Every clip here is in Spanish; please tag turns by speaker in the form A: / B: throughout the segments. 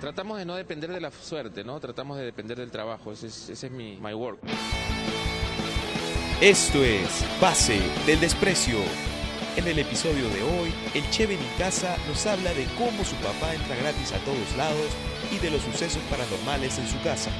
A: Tratamos de no depender de la suerte, ¿no? Tratamos de depender del trabajo. Ese es, ese es mi my work.
B: Esto es Pase del Desprecio. En el episodio de hoy, el Cheve Nicasa nos habla de cómo su papá entra gratis a todos lados y de los sucesos paranormales en su casa.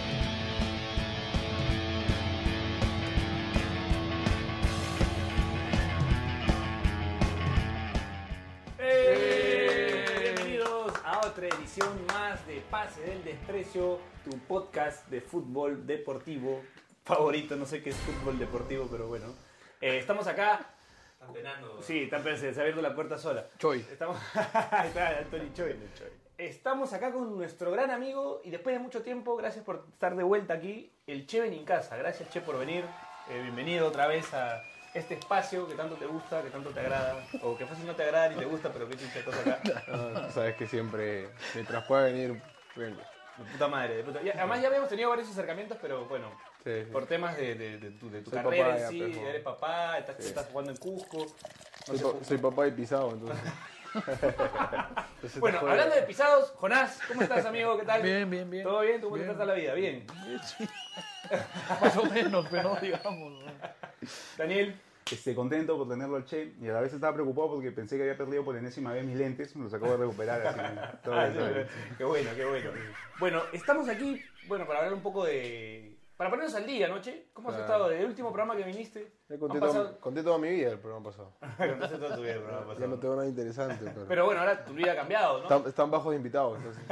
C: ¡Eh! Bienvenidos a otra edición más de Pase del Desprecio, tu podcast de fútbol deportivo favorito. No sé qué es fútbol deportivo, pero bueno. Eh, estamos acá. Sí, está, se ha abierto la puerta sola.
D: Choy.
C: Estamos, Ahí está Anthony Choi. Estamos acá con nuestro gran amigo y después de mucho tiempo, gracias por estar de vuelta aquí, el Che en Casa. Gracias Che por venir. Eh, bienvenido otra vez a este espacio que tanto te gusta, que tanto te agrada, o que fácil no te agrada ni te gusta, pero que chucha cosa acá.
D: Ah, tú sabes que siempre, mientras pueda venir, vengo.
C: De puta madre. de puta- ya- además ya habíamos tenido varios acercamientos, pero bueno,
D: Sí, sí.
C: por temas de, de- de tu, de tu
D: Soy
C: carrera
D: papá
C: en
D: ya,
C: sí,
D: pues, ¿no?
C: eres papá, estás, estás jugando en Cusco. no
D: Soy,
C: sé,
D: pa-
C: pues.
D: soy papá y pisado, entonces. Entonces te
C: bueno,
D: jode.
C: hablando de pisados, Jonás, ¿cómo estás, amigo? ¿Qué tal?
E: Bien, bien, bien.
C: ¿Todo bien? ¿Tú cómo te
E: Bien.
C: trata la vida? Bien.
E: Más o menos, pero no digamos. ¿no?
C: Daniel,
F: Este, contento por tenerlo al Che y a la vez estaba preocupado porque pensé que había perdido por enésima vez mis lentes, me los acabo de recuperar. Así, que todo
C: Ah,
F: bien, todo
G: eh.
F: bien.
C: qué bueno, qué bueno. Bueno, estamos aquí, bueno, para hablar un poco de... Para ponernos al día, noche. ¿Cómo has
D: Claro.
C: estado desde el último programa que viniste?
D: Ya
C: Han
D: conté,
C: pasado-
D: toda, conté toda mi vida el programa pasado.
C: Contaste todo tu vida, el programa
D: Ya no
C: pasado.
D: tengo nada interesante, pero.
C: Pero bueno, ahora tu vida ha cambiado, ¿no?
D: están, están bajos de invitados. entonces.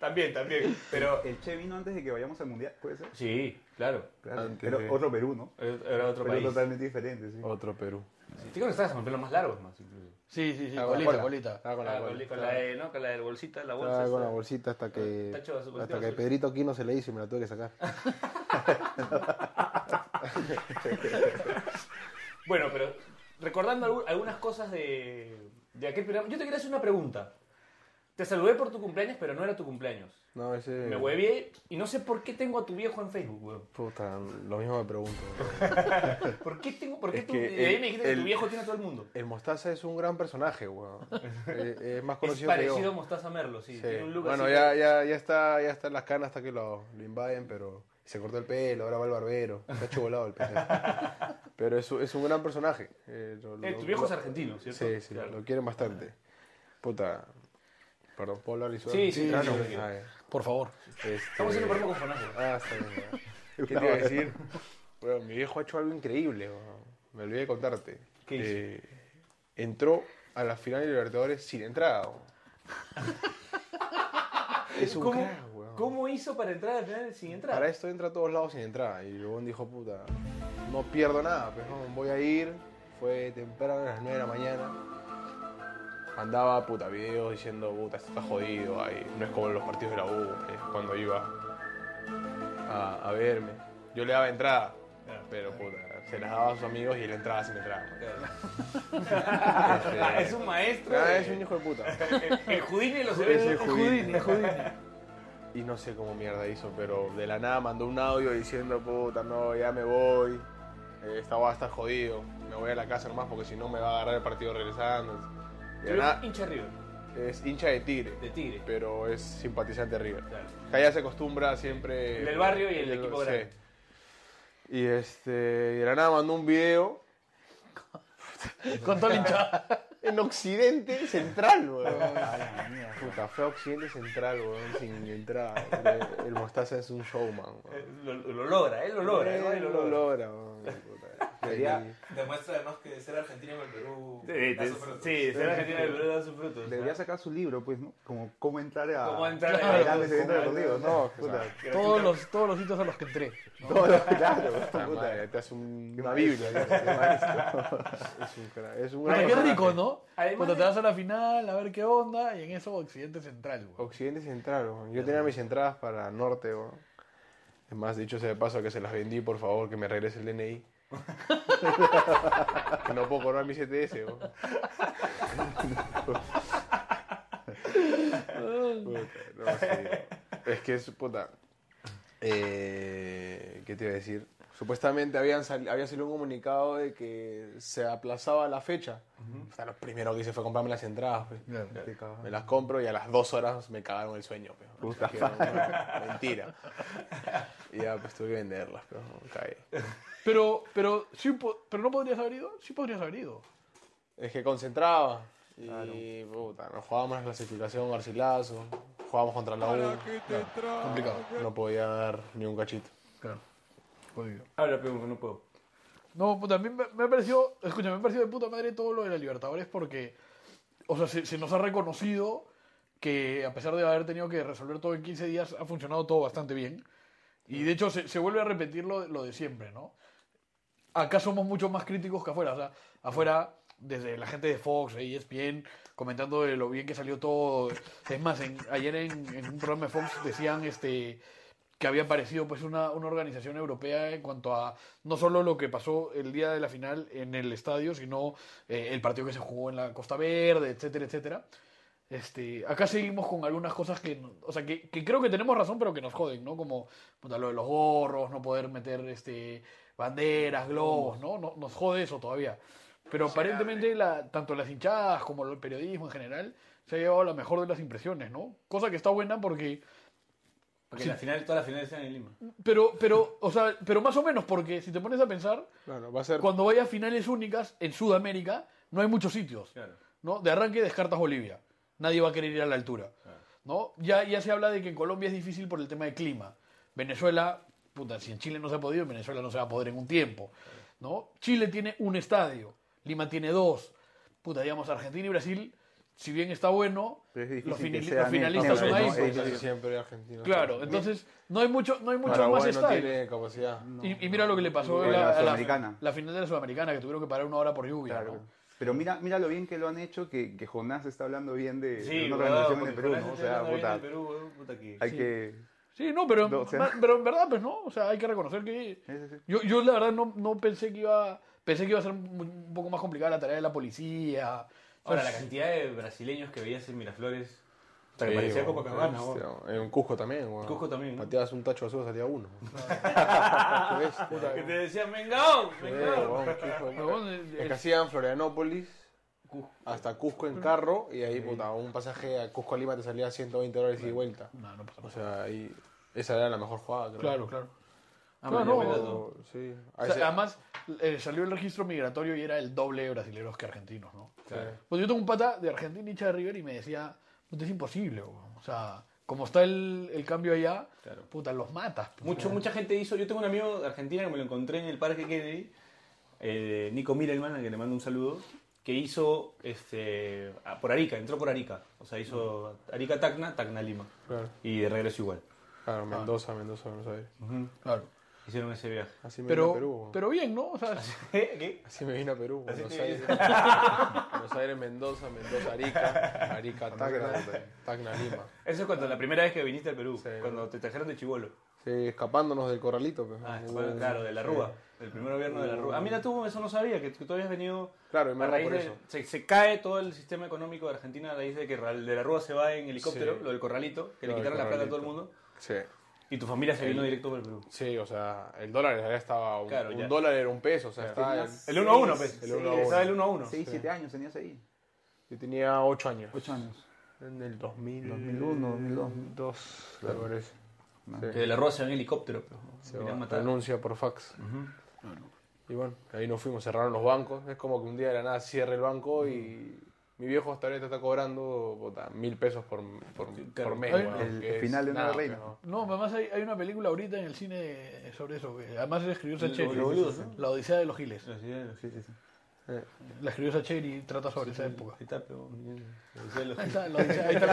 C: También, también. Pero...
F: El Che vino antes de que vayamos al mundial, ¿puede ser?
C: Sí, claro.
D: Antes
F: Pero
D: de-
F: otro Perú, ¿no?
C: Era otro
F: Pero
C: país.
F: totalmente diferente, sí.
D: Otro Perú.
C: Sí, Tengo que estar con el pelo más largo, más incluso.
E: Sí, sí, sí,
D: Ah,
E: colita,
D: cola.
E: colita.
D: Estaba con la
C: Ah, con,
D: cola.
C: la- con la de, ¿no? Con la del bolsita, la bolsa.
D: Estaba con la
C: esa.
D: bolsita hasta que.
C: Tacho de azul, bolsita
D: Hasta
C: de
D: que
C: azul.
D: Pedrito aquí no se le hizo y me la tuve que sacar.
C: Bueno, pero recordando algu- algunas cosas de, de aquel programa, yo te quería hacer una pregunta. Te saludé por tu cumpleaños, pero no era tu cumpleaños.
D: No, ese.
C: Me huevié y no sé por qué tengo a tu viejo en Facebook, weón.
D: Puta, lo mismo me pregunto.
C: ¿Por qué tengo, por qué
D: Es
C: tú,
D: que
C: y de ahí
D: el-
C: me dijiste que
D: el-
C: tu viejo tiene a todo el mundo?
D: El Mostaza es un gran personaje, weón. Eh, es más
C: Es
D: conocido que yo.
C: parecido a Mostaza Merlo, sí.
D: Sí.
C: Tiene un look
D: Bueno,
C: así
D: ya,
C: que-
D: ya, ya, está, ya están las canas hasta que lo, lo invaden, pero se cortó el pelo, ahora va el barbero. Está chubolado el pendejo. pero es, un- es un gran personaje. Eh, lo-
C: Eh,
D: lo-
C: tu viejo es
D: lo-
C: argentino, ¿cierto?
D: Sí, sí,
C: Claro.
D: lo quieren bastante. Puta. Perdón, ¿puedo hablar y suave?
C: Sí, sí, sí,
D: Ah,
C: sí,
D: no,
C: sí.
D: ah, ya.
E: Por favor.
D: Este-
C: Estamos haciendo un programa con Jonás.
D: Ah, está bien. ya. ¿Qué te iba a decir? Bueno, mi viejo ha hecho algo increíble, weón. me olvidé de contarte.
C: ¿Qué
D: Eh, entró a la final de Libertadores sin entrada. weón. es un
C: ¿Cómo,
D: crack, weón.
C: ¿Cómo hizo para entrar al final sin entrar?
D: Para esto entra a todos lados sin entrada. Y luego dijo, puta, no pierdo nada, pues no, voy a ir. Fue temprano, a las 9 de la mañana. Mandaba puta videos diciendo, puta, esto está jodido, ay, no es como en los partidos de la U, eh, cuando iba a, a verme. Yo le daba entrada,
C: Claro.
D: pero puta, se las daba a sus amigos y él entraba sin entrada.
C: Ah, es un maestro.
D: Ah,
C: de-
D: es un hijo de puta.
C: El, el Houdini de los
D: Eh, Es
C: eventos.
D: el Houdini. Y no sé cómo mierda hizo, pero de la nada mandó un audio diciendo, puta, no, ya me voy. eh, Esta va a estar jodido. Me voy a la casa nomás porque si no me va a agarrar el partido regresando. De la
C: Yo
D: nada,
C: hincha de River,
D: es hincha de Tigre,
C: de Tigre.
D: pero es simpatizante de River.
C: Claro.
D: Que allá se acostumbra siempre...
C: El del barrio y el
D: del-
C: equipo
D: sí.
C: grande.
D: Y este, de la nada mandó un video
E: Con todo el hinchada.
D: en Occidente Central, weón. Puta, fue a Occidente Central, weón, sin entrada. El Mostaza es un showman, weón.
C: Eh, Lo, lo logra, él lo logra,
D: Eh,
C: ¿no? Él lo logra.
D: weón,
F: Debería-
D: puta.
H: Demuestra además que ser argentino en el Perú.
C: Sí, te-
H: da su fruto.
C: sí, ser argentino de verdad da sus frutos.
F: Debería sacar su libro, pues, ¿no? Como cómo entrar a...
C: Cómo entrar a-
F: a grandes eventos
C: Cómo-
F: deportivos, ¿no? Puta,
E: Todos los, todos los hitos a los que entré.
F: todo lo- claro,
D: Puta
F: puta.
D: madre, te hace un-
F: Qué
D: una
F: maestro,
D: biblia. ¿no? Qué maestro. es un cra- es un
E: Puta,
D: gran
E: qué
D: personaje.
E: rico, ¿no?
C: Además
E: Cuando
C: de-
E: te vas a la final, a ver qué onda, y en eso Occidente Central, güey.
D: Occidente Central, weón. Yo tenía mis entradas para Norte, weón. Es más, dicho sea de paso, que se las vendí, por favor, que me regrese el DNI. que no puedo cobrar mi CTS, weón. Puta, no, sí. Es que es puta. Eh, ¿Qué te iba a decir? Supuestamente habían sal- había salido un comunicado de que se aplazaba la fecha. O sea, lo primero que hice fue comprarme las entradas. pues.
E: Claro.
F: Qué cagada.
D: Me las compro y a las dos horas me cagaron el sueño. pues.
F: Puta
D: Dije, "No, mentira. Y ya pues tuve que venderlas, pero caí.
E: Pero, pero, sí, po- pero no podrías haber ido. Sí podrías haber ido.
D: Es que concentraba. Y puta, nos jugábamos la clasificación, Garcilaso. Jugábamos contra la U.
E: Complicado.
D: No podía dar ni un cachito.
E: Claro. Jodido.
C: Ahora pero no puedo.
E: No, puta, a mí me, me ha parecido, escúchame, me ha parecido de puta madre todo lo de la Libertadores porque, o sea, se, se nos ha reconocido que a pesar de haber tenido que resolver todo en 15 días, ha funcionado todo bastante bien. Y de hecho se, se vuelve a repetir lo, lo de siempre, ¿no? Acá somos mucho más críticos que afuera, o sea, afuera, desde la gente de Fox, de E ESPN, comentando de lo bien que salió todo. Es más, en- ayer en, en un programa de Fox decían, este, que había aparecido pues una, una organización europea en cuanto a no solo lo que pasó el día de la final en el estadio, sino eh, el partido que se jugó en la Costa Verde, etcétera, etcétera. Este, acá seguimos con algunas cosas que, no- o sea, que, que creo que tenemos razón, pero que nos joden, ¿no? Como puta, lo de los gorros, no poder meter este, banderas, globos, ¿no? No- Nos jode eso todavía. Pero aparentemente la, tanto las hinchadas como el periodismo en general se ha llevado la mejor de las impresiones, ¿no? Cosa que está buena porque
C: Porque
E: Sí.
C: la final, todas las finales están en Lima.
E: pero, pero, o sea, pero más o menos, porque si te pones a pensar,
D: Claro, va a ser.
E: cuando vaya a finales únicas en Sudamérica, no hay muchos sitios.
C: Claro.
E: ¿no? De arranque descartas Bolivia. Nadie va a querer ir a la altura. ¿no? Ya, ya se habla de que en Colombia es difícil por el tema de clima. Venezuela, puta, si en Chile no se ha podido, en Venezuela no se va a poder en un tiempo. ¿no? Chile tiene un estadio, Lima tiene dos. Puta, digamos, Argentina y Brasil, si bien está bueno,
F: Pero es difícil
E: los,
F: que
E: finali-
F: sean
E: los
F: en-
E: finalistas son
F: siempre,
E: ahí.
F: ¿no?
E: pues.
F: Es difícil.
D: siempre argentino.
E: Claro, entonces no hay mucho, no hay mucho
D: Paraguay
E: más
D: no
E: estadio.
D: tiene capacidad.
E: Y, y mira lo que le pasó
F: Bueno,
E: a la,
F: la
E: a la-
F: Sudamericana.
E: la final de la Sudamericana, que tuvieron que parar una hora por lluvia.
F: Claro.
E: ¿no?
F: Pero mira, mira lo bien que lo han hecho, que, que Jonás está hablando bien de, de
C: Sí,
F: una
C: huevado,
F: organización en el
C: porque
F: Perú,
C: Jonás
F: ¿no? O
C: está
F: sea,
C: hablando bien
F: puta,
C: del Perú, huevón, puta que-
F: hay
C: Sí.
F: que...
E: Sí, no, pero,
F: No, o sea-
E: ma- pero en verdad, pues no. O sea, hay que reconocer que.
F: Sí, sí, sí.
E: Yo, yo la verdad no, no pensé que iba. Pensé que iba a ser mu- un poco más complicada la tarea de la policía.
C: Ahora, la
E: Entonces,
C: cantidad de brasileños que veías en Miraflores. O sea, que
D: Sí,
C: parecía
D: weón,
C: Copacabana,
D: sí,
C: weón.
D: weón. En Cusco también, weón.
C: Cusco también, ¿no?
D: Pateabas un tacho de azúcar, salía uno. Qué bestia,
C: Que
D: weón.
C: te decían, ¡Mengao!
D: Sí,
C: ¡Mengao!
D: weón, qué hijo de-
E: Weón, el-
D: Es que hacían Florianópolis hasta Cusco en carro y ahí, puta, un pasaje a Cusco a Lima te salía 120 dólares y vuelta.
E: No, no pasa
D: O
E: nada.
D: sea, ahí. Esa era la mejor jugada, creo.
E: Claro, claro.
C: Ah, me
E: Claro,
C: dio
E: no.
C: pena,
D: Pero, sí. A
E: O sea,
D: ese-
E: además, eh, salió el registro migratorio y era el doble de brasileños que argentinos, ¿no?
D: Claro.
E: Pues yo tengo un pata de Argentina hincha de River y me decía, puta, es imposible, weón. O sea, como está el, el cambio allá, puta, los matas. pues.
C: Mucho, mucha gente hizo. Yo tengo un amigo de Argentina que me lo encontré en el Parque Kennedy, eh, Nico Mirelman, al que le mando un saludo, que hizo este, a- por Arica, entró por Arica. O sea, hizo Arica Tacna, Tacna Lima.
D: Claro,
C: Y de regreso igual.
D: claro,
E: Ah.
D: Mendoza, Mendoza, Buenos Aires.
E: Claro.
C: Hicieron ese viaje.
D: Así me vino a
E: Pero,
D: Perú. weón.
E: pero bien, ¿no? O sea,
C: ¿Qué?
D: Así me vino a Perú.
C: Así
D: Buenos
C: te
D: Aires. Buenos Aires, Mendoza, Mendoza, Arica. Arica, Tacna. Tacna, Lima.
C: Eso es cuando la primera vez que viniste al Perú,
D: Sí.
C: cuando te trajeron de Chivolo.
D: Sí, escapándonos del corralito. pues.
C: Ah, bueno,
D: Muy bueno.
C: claro, de la Rúa. El primer gobierno de la Rúa. Ah, mira, tú eso no sabía, que, que tú habías venido.
D: Claro, y me
C: a
D: hago
C: raíz
D: por
C: de-
D: eso.
C: se, se cae todo el sistema económico de Argentina a raíz de que Ra- de la Rúa se va en helicóptero,
D: Sí.
C: lo del corralito, que
D: Lo
C: le
D: del
C: quitaron la plata a todo
D: corralito.
C: el mundo.
D: Sí.
C: Y tu familia se vino directo por el Perú.
D: Sí, o sea, el dólar ya estaba. Un,
C: Claro,
D: un
C: ya.
D: dólar era un peso. O sea, estaba. en-
C: El 1 a 1, pues.
D: el
C: Sí,
D: 1 a 1.
C: Estaba el 1 a 1.
F: 6, 7 años tenías ahí.
D: Yo tenía 8 años.
F: 8 años.
D: En el 2000,
F: 2001, 2002.
D: 2002. Claro, parece.
C: Que de la Rúa se va en helicóptero, pues. pero.
D: Se
C: querían
D: va,
C: matar.
D: renuncia por fax. Y bueno, ahí nos fuimos, cerraron los bancos. Es como que un día de la nada cierre el banco y mi viejo hasta ahorita está cobrando puta, mil pesos por, por,
C: claro.
D: por mes.
E: Ay,
D: weón,
F: el-
D: que
F: el
D: es
F: final de Nueva
D: nada,
F: Reina.
D: pero-
E: No, además hay, hay una película ahorita en el cine sobre eso. que además la escribió Sacheri.
C: los boludos, ¿no?
E: La Odisea de los Giles.
C: Las ideas,
F: Sí, sí, sí.
E: La escribió Sacheri y trata sobre esa época.
C: ahí está, pero- o sea, los-
E: Ahí está la Odisea. Ahí está la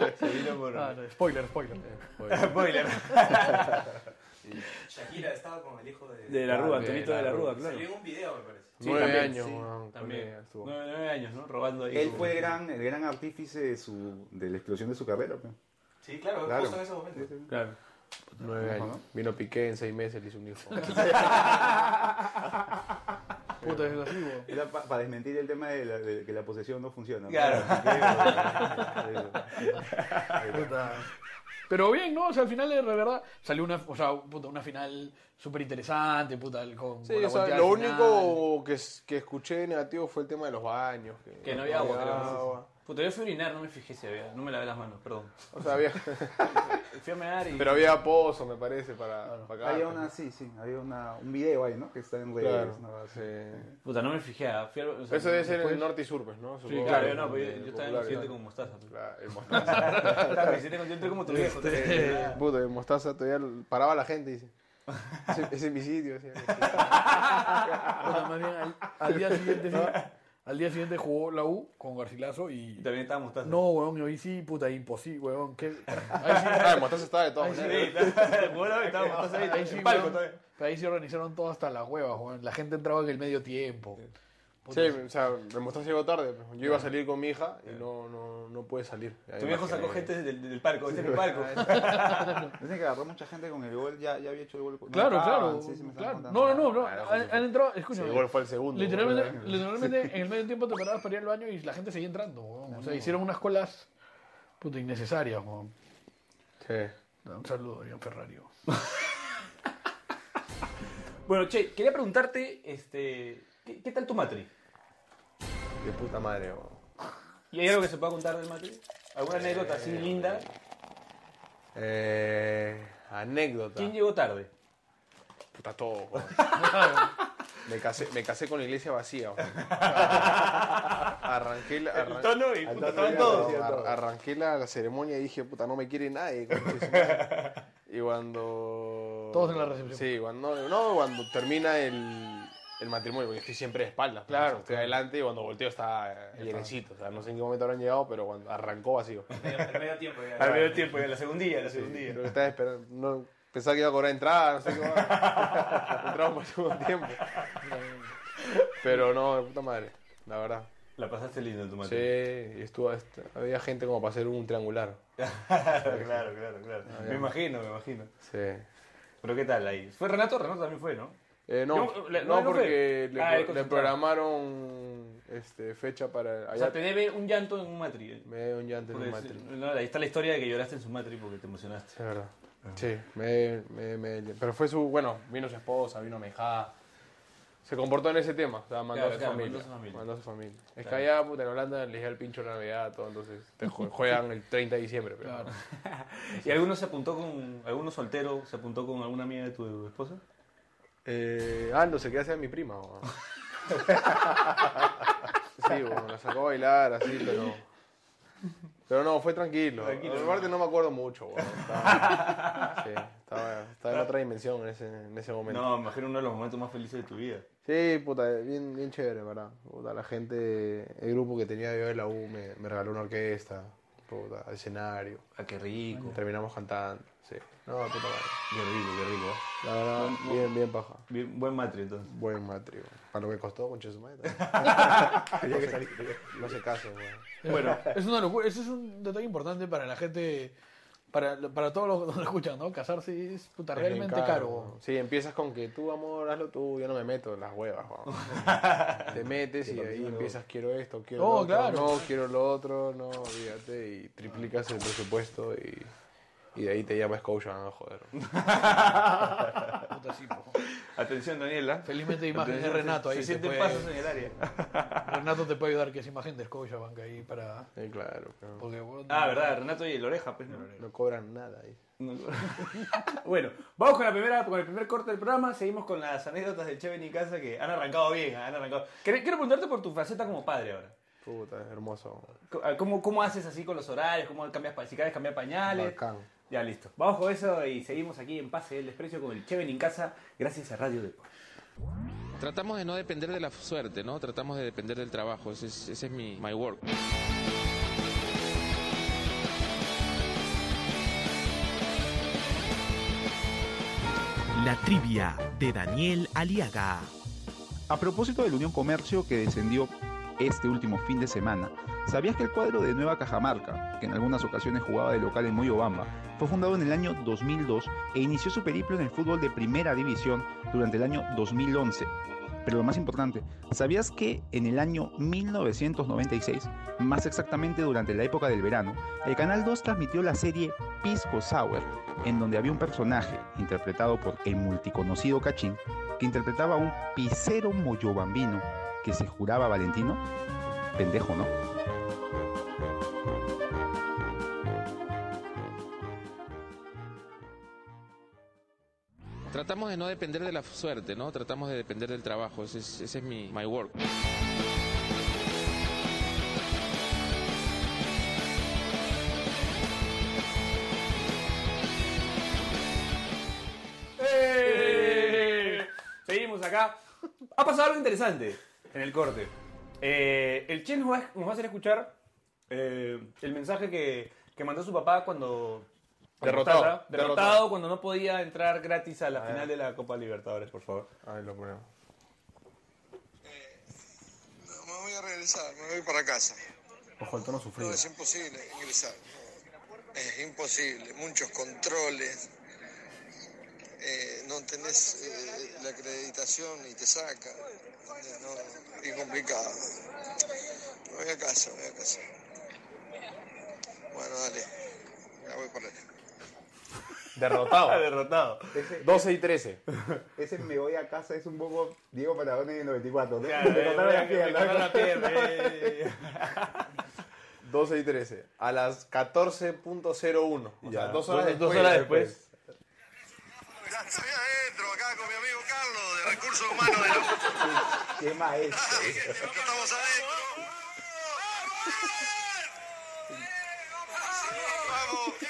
E: Odisea.
C: Se vino por.
E: Ah, no, spoiler, spoiler.
D: Eh, pues,
C: Spoiler.
H: Shakira estaba con el hijo de.
C: De la Rúa,
D: de
C: Antonito de
D: la
C: la Rúa,
D: Rúa.
C: claro.
H: Salió en un video, me parece.
C: Sí,
D: Nueve
C: también,
D: años,
C: sí,
D: weón,
C: También.
D: que estuvo.
C: Nueve, nueve años, ¿no? Robando ahí.
F: Él
C: como-
F: fue el gran, el gran artífice de, su, de la explosión de su carrera. pe.
H: Sí, claro,
F: Claro.
H: justo en ese momento.
C: Claro.
D: Nueve
F: Ajá.
D: años. Vino Piqué en seis meses, le hizo un hijo.
E: Puta, es así, weón.
F: Era pa- para desmentir el tema de, la- de que la posesión no funciona. ¿no?
C: Claro.
F: Eso.
E: Puta. Pero bien, ¿no? O sea, al final, de verdad, salió una, o sea, puta, una final súper interesante, puta, el- con,
D: Sí,
E: con la
D: o sea,
E: volteada
D: lo
E: al final.
D: único que, es- que escuché de negativo fue el tema de los baños. Que,
C: Que no había agua, creo.
D: agua.
C: Puta, yo fui a orinar, no me fijé si había. No me lavé las manos, perdón.
D: O sea, había,
C: Fui a mear y.
D: pero había pozo, me parece, para, para acá.
F: Había una, sí, sí, había una, un video ahí, ¿no? Que está en redes.
D: Claro,
F: ¿no?
D: sí.
C: Puta, no me fijé. ah, fui al- o sea,
D: Eso debe ser en
E: Después-
D: el norte y sur, pues, ¿no?
C: Sí,
D: Supongo.
C: claro, yo no, pero yo, yo
D: En el
C: estaba en
D: popular,
C: el occidente
D: claro.
C: con mostaza. pues.
D: Claro, el mostaza.
C: Estaba en el occidente con- yo entré como tu viejo. entonces, ah,
D: Puto, el mostaza todavía paraba la gente, dice. Ese, ese es mi sitio. decía.
E: Puta, más bien, al, al día siguiente, sí, al día siguiente jugó la U con Garcilaso
C: Y
E: y...
C: también estaba mostaza.
E: No, weón, y hoy sí, puta, imposible, weón. qué- Ahí sí,
D: Ah, el mostaza estaba de todas
E: Ay, sí.
D: maneras.
C: Sí, estaba- jugó la vez, estaba mostaza ahí,
E: Ahí
C: en
E: sí,
C: el palco
E: weón,
C: todavía.
E: pero ahí sí organizaron todo hasta las huevas, weón. La gente entraba en el medio tiempo.
D: Sí,
E: Puta,
D: o sea, el mostaza llegó tarde. pues. Yo iba a salir con mi hija y no, no, no pude salir.
C: Tu viejo sacó gente del, del palco, este es mi palco.
F: Dicen que agarró mucha gente con el gol, ya, ya había hecho el gol. No
E: Claro,
F: entraban,
E: claro.
F: sí, sí, me estaban
E: claro.
F: contando.
E: No, no, no, no.
D: Carajo,
E: Han,
D: sí.
E: han entrado, escúchame.
D: Igual fue el segundo.
E: Literalmente, literalmente en el medio tiempo te parabas para ir al baño y la gente seguía entrando, weón. O sea, hicieron unas colas puta innecesarias, weón.
D: Sí.
E: Un saludo, Adrián Ferrario.
C: Bueno, che, quería preguntarte, este, ¿qué, qué tal tu matri?
D: De puta madre, weón.
C: ¿Y hay algo que se pueda contar del matri?
H: Eh,
C: ¿Alguna anécdota así linda?
D: Eh, anécdota.
C: ¿Quién llegó tarde?
D: Puta todo, weón. Me casé, me casé con la iglesia vacía. weón. Arranqué la, arran-
C: tono y puta,
D: al tono
C: estaban
D: ya,
C: todos,
D: weón.
C: ya,
D: Ar-
C: todos.
D: arranqué la, la ceremonia y dije, puta, no me quiere nadie. concha de su madre. y cuando...
E: Todos en la recepción.
D: Sí, cuando, no, cuando termina el, el matrimonio, porque estoy siempre de espaldas. Claro. estoy adelante y cuando volteo está eh, llenecito. O sea, no sé en qué momento habrán llegado, pero cuando arrancó vacío.
H: El medio tiempo ya.
C: Al medio tiempo, en la segundilla, la
D: Creo
C: segundilla.
D: que estaba esperando. No, pensaba que iba a cobrar entrada, no sé qué más. Entramos por segundo tiempo. Pero no, de puta madre, la verdad.
C: La pasaste lindo en tu
D: Sí,
C: matri.
D: y estuvo, est- había gente como para hacer un triangular.
C: claro, claro, claro. Me imagino, me imagino.
D: Sí.
C: Pero ¿qué tal ahí? ¿Fue Renato? Renato también fue, ¿no?
D: Eh, no,
C: Yo, le-
D: no,
C: no, no
D: porque
C: fue.
D: le,
C: Ah,
D: pro-
C: el
D: le
C: concentrado.
D: programaron este, fecha para.
C: O
D: Allá
C: sea, te debe un llanto en un matri. eh.
D: Me dio un llanto en un
C: Porque
D: matri.
C: es- no, ahí está la historia de que lloraste en su matri porque te emocionaste.
D: Sí, es verdad. Sí, Ah. me, me- me- pero fue su, bueno, vino su esposa, vino mi hija. Se comportó en ese tema, o sea, mandó,
C: Claro,
D: a, su
C: claro,
D: familia,
C: mandó a su familia.
D: mandó a su familia. Es que
C: Claro.
D: allá, puta, en Holanda les llega el pincho la Navidad, todo, entonces te jue- juegan el 30 de diciembre. Pero,
E: Claro.
C: ¿Y alguno se apuntó con, alguno soltero se apuntó con alguna amiga de tu esposa?
D: Eh, ah, no sé qué hace mi prima. weón. sí, bueno, la sacó a bailar, así, pero... Pero no, fue tranquilo.
C: Tranquilo.
D: Aparte no me acuerdo mucho, weón. Estaba, sí, estaba, estaba en otra dimensión en ese, en ese momento.
C: No, me imagino uno de los momentos más felices de tu vida.
D: Sí, puta, bien, bien chévere, ¿verdad? Puta, la gente, el grupo que tenía yo de la U me, me regaló una orquesta, puta, escenario.
C: Ah, qué rico.
D: Terminamos cantando, sí. No, puta madre.
C: Qué rico, qué rico. ¿eh?
D: La verdad, bien, bien paja.
C: Bien, buen matri entonces.
D: Buen matrio. Para lo que costó, con Chesumeta. No se caso, weón.
E: Bueno, es una locura. Ese es un detalle importante para la gente, para, para todos los que nos escuchan, ¿no? Casarse es puta,
D: Es bien
E: realmente caro.
D: weón. Sí, empiezas con que tú, amor, hazlo tú, yo no me meto en las huevas, weón. Te metes y ahí empiezas, quiero esto, quiero
E: No,
D: lo otro,
E: claro.
D: no, quiero lo otro, no, olvídate, y triplicas el presupuesto y, y de ahí te llamas coach, ah, joder.
E: Puta, sí, po.
C: Atención, Daniela.
E: Felizmente imagen de Renato ahí se
C: sienten
E: puede,
C: pasos en el área.
E: Renato te puede ayudar que es imagen de Scotiabank ahí para
D: Eh, claro, pero
E: porque, weón,
C: Ah, verdad, Renato y el oreja, pues. ¿no?
D: no cobran nada ahí.
C: bueno, vamos con la primera, con el primer corte del programa, seguimos con las anécdotas del Cheven y Casa que han arrancado bien, han arrancado. Quere- Quiero preguntarte por tu faceta como padre ahora.
D: Puta, es hermoso.
C: C- ¿Cómo, cómo haces así con los horarios? ¿Cómo cambias pa- si quieres cambiar pañales?
D: Bacán.
C: Ya listo. Vamos con eso y seguimos aquí en Pase del Desprecio con el Cheven en casa, gracias a Radio Depor.
A: Tratamos de no depender de la suerte, ¿no? Tratamos de depender del trabajo. Ese es, ese es mi my work.
I: La trivia de Daniel Aliaga.
B: A propósito de la Unión Comercio que descendió este último fin de semana, ¿sabías que el cuadro de Nueva Cajamarca, que en algunas ocasiones jugaba de local en Moyobamba, fue fundado en el año 2002 e inició su periplo en el fútbol de primera división durante el año 2011?
F: Pero lo más importante, ¿sabías que en el año 1996, más exactamente durante la época del verano, el Canal 2 transmitió la serie Pisco Sour, en donde había un personaje, interpretado por el multiconocido Cachín, que interpretaba a un pisero moyobambino que se juraba Valentino? Pendejo, ¿no?
A: Tratamos de no depender de la suerte, ¿no? Tratamos de depender del trabajo. Ese es, ese es mi my work.
C: ¡Eh! Seguimos acá. Ha pasado algo interesante en el corte. Eh, el Che nos va, nos va a hacer escuchar eh, el mensaje que, que mandó su papá cuando. cuando
D: Derrotado,
C: estaba- derrotado,
D: derrotado.
C: cuando no podía entrar gratis a la final de la Copa Libertadores, por favor.
D: Ahí lo ponemos.
J: No, me voy a regresar, me voy para casa.
D: Ojo, el tono sufrido.
J: No, es imposible ingresar. Es imposible. Muchos controles. Eh, no tenés eh, la acreditación y te sacan. No, y complicado. Me voy a casa, me voy a casa. Bueno, dale. Ya voy para allá.
C: Ah,
D: Derrotado.
C: derrotado.
D: 12 y 13.
F: Ese me voy a casa es un poco Diego Paradone de 94. ¿no?
C: Claro,
F: Me
C: eh,
F: cortaron la
C: me- me
F: pierna.
C: cortaron la pierna, eh.
D: 12 y 13. A las 14.01. O sea,
F: Ya.
D: dos
C: Dos-
D: horas después.
C: dos horas después.
J: Ya estoy adentro, acá con mi amigo Carlos, de Recursos Humanos de la
F: Qué maestro.
J: Estamos adentro. ¡Vamos!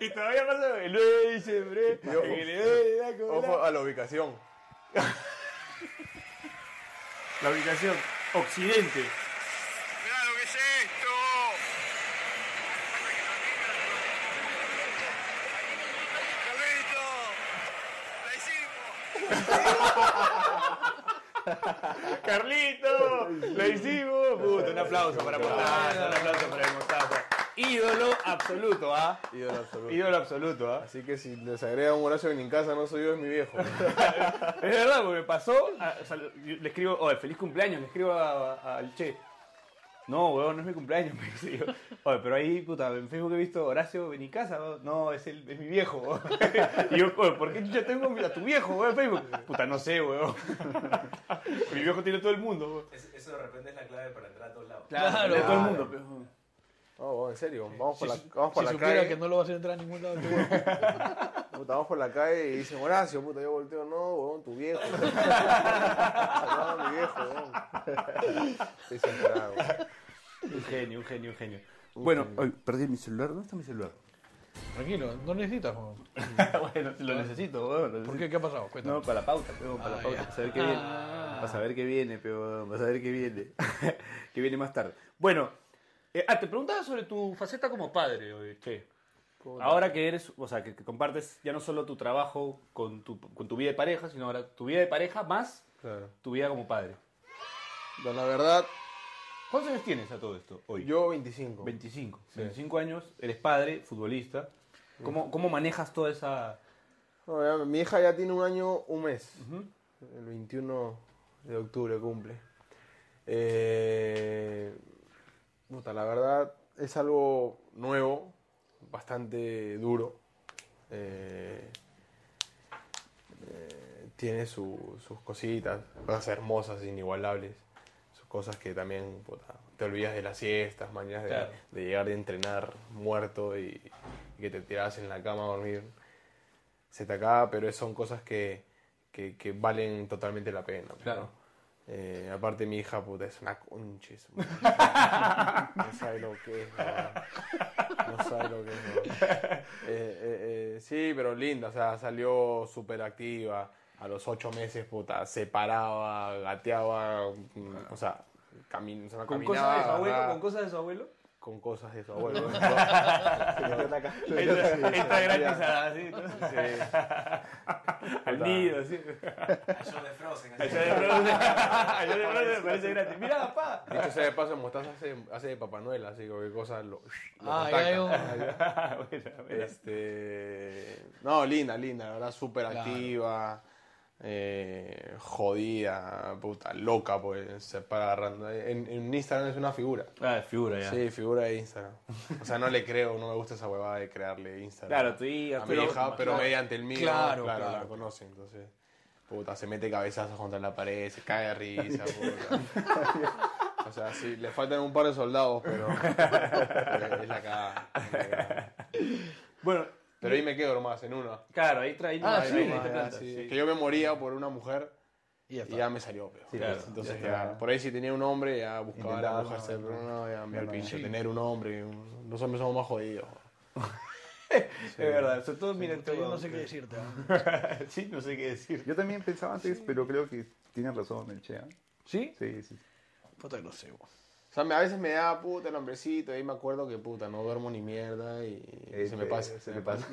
C: y todavía pasa el 9 de diciembre.
D: Yo-
C: en el- eh, la cola.
D: Ojo a la ubicación.
C: La ubicación, Occidente.
J: Mirá lo que es esto. Carlito, la hicimos.
C: Carlito, lo hicimos. Puta, un aplauso para Mostaza, un aplauso para el Mostaza. Ídolo absoluto, ¿ah?
D: Ídolo absoluto.
C: Ídolo absoluto, ¿ah?
D: Así que si les agrega un Horacio en casa, no soy yo, es mi viejo.
C: Es verdad, porque me pasó. ah, o sea, yo le escribo, oye, feliz cumpleaños, le escribo a- a- al Che. No, weón, no es mi cumpleaños, me dice yo. Oye, pero ahí, puta, en Facebook he visto Horacio Benicasa, weón. No, es, el, es mi viejo, weón. Y yo, oye, ¿por qué yo tengo a tu viejo, weón, en Facebook? Puta, no sé, weón. Mi viejo tiene todo el mundo, weón.
H: Es- eso de repepente es la clave para entrar a todos lados.
E: Claro.
C: Tiene todo el mundo, pe.
D: No, weón, en serio, vamos por la,
E: si
D: vamos por
E: si
D: la
E: supiera
D: calle.
E: que no lo va a hacer entrar a ningún lado, seguro.
D: Puta, vamos por la calle y dicen, Horacio, puta, yo volteo, no, huevón, tu viejo. no, mi viejo, huevón. Estoy separado.
C: Un genio, un genio, un genio.
F: Bueno, ay, perdí mi celular. ¿Dónde está mi celular?
E: Tranquilo, no necesitas. ¿no?
C: bueno, lo necesito, weón. lo
E: ¿Por
C: necesito.
E: qué? ¿Qué ha pasado? Cuéntame.
F: No, para la pauta, pero para la
E: Ah,
F: pauta,
E: ya.
F: para saber qué viene. Para saber qué viene, pero para saber qué viene. que viene más tarde. Bueno,
C: Eh, ah, te preguntaba sobre tu faceta como padre, oye, Che. Ahora que eres, o sea, que, que compartes ya no solo tu trabajo con tu, con tu vida de pareja, sino ahora tu vida de pareja más
D: Claro.
C: tu vida como padre.
D: Pero la verdad,
C: ¿Cuántos años tienes a todo esto hoy?
D: yo 25.
C: 25. 25 años, eres padre, futbolista. ¿Cómo, cómo manejas toda esa...?
D: No, ya, mi hija ya tiene un año, un mes. El 21 de octubre cumple. Eh, puta, la verdad es algo nuevo, bastante duro. Eh, eh, tiene su- sus cositas, cosas hermosas, inigualables. Sus cosas que también puta, te olvidas de las siestas, mañanas de,
C: Claro.
D: de llegar de entrenar muerto y, y que te tiras en la cama a dormir. Se te acaba, pero son cosas que, que- que valen totalmente la pena. pues,
C: Claro.
D: ¿no? Eh, aparte mi hija, puta, es una conchis. man. No sabe lo que es, man. No sabe lo que es, man. Eh, eh, eh, sí, pero linda, o sea, salió súper activa. A los ocho meses, puta, se paraba, gateaba, mm, o sea, camin o sea,
C: ¿Con
D: caminaba,
C: cosas de su abuelo?
D: agarraba-
C: ¿Con cosas de su abuelo?
D: con cosas de su abuelo.
F: se metió acá.
C: Está gratis, así.
D: Sí.
C: ah, Al nido, sí.
H: Yo de Frozen. así.
C: Allá de Frozen. Allá de Frozen me parece gratis. Mirá, papá.
D: Dicho sea de paso, Mostaza hace, hace de Papá Noel, así que cualquier cosa lo, lo
E: Ah,
D: contacta.
E: ya hay un-
C: Bueno, bueno.
D: Este, no, linda, linda, la verdad, súper activa, eh, jodida, puta, loca, pues se para agarrando. En, en Instagram es una figura.
C: Ah, figura ya.
D: Sí, figura de Instagram. O sea, no le creo, no me gusta esa huevada de crearle Instagram.
C: Claro, tu hija,
D: A
C: tu
D: mi hija, pero
E: claro.
D: mediante el mío,
E: Claro,
D: claro,
E: claro.
D: la conoce, entonces. Puta, se mete cabezazos contra la pared, se cae de risa, puta. O sea, sí, le faltan un par de soldados, pero pero es la cagada. es la cagada.
C: Bueno,
D: Pero ahí me quedo nomás, en uno.
C: claro, ahí trae.
E: Ah,
C: ahí
E: sí.
C: trae
E: Ah,
C: esta planta,
D: Sí,
C: sí.
D: Que yo me moría por una mujer
E: Y ya
D: y
E: está.
D: ya me salió. Pero,
C: claro,
D: entonces
F: ya
D: ya,
F: está.
D: por ahí si tenía un hombre ya buscaba
F: Intentaba,
D: la mujer,
F: no,
D: ser, pero no, ya me
F: Ya
D: el
F: no,
D: pinche.
E: sí.
D: Tener un hombre, un- los hombres somos más jodidos.
C: Es verdad, sobre todo, mira,
E: Puta,
C: este
E: yo no
C: huevón
E: sé qué
C: que-
E: decirte. ¿ah?
C: Sí, no sé qué decir.
F: Yo también pensaba antes, pero creo que tiene razón el Chea.
C: ¿Sí?
F: Sí, sí.
E: Puta que no sé, bo.
D: O sea, me- a veces me da puta el hombrecito y ahí me acuerdo que puta, no duermo ni mierda y, y se me pasa.
F: Se me pasa.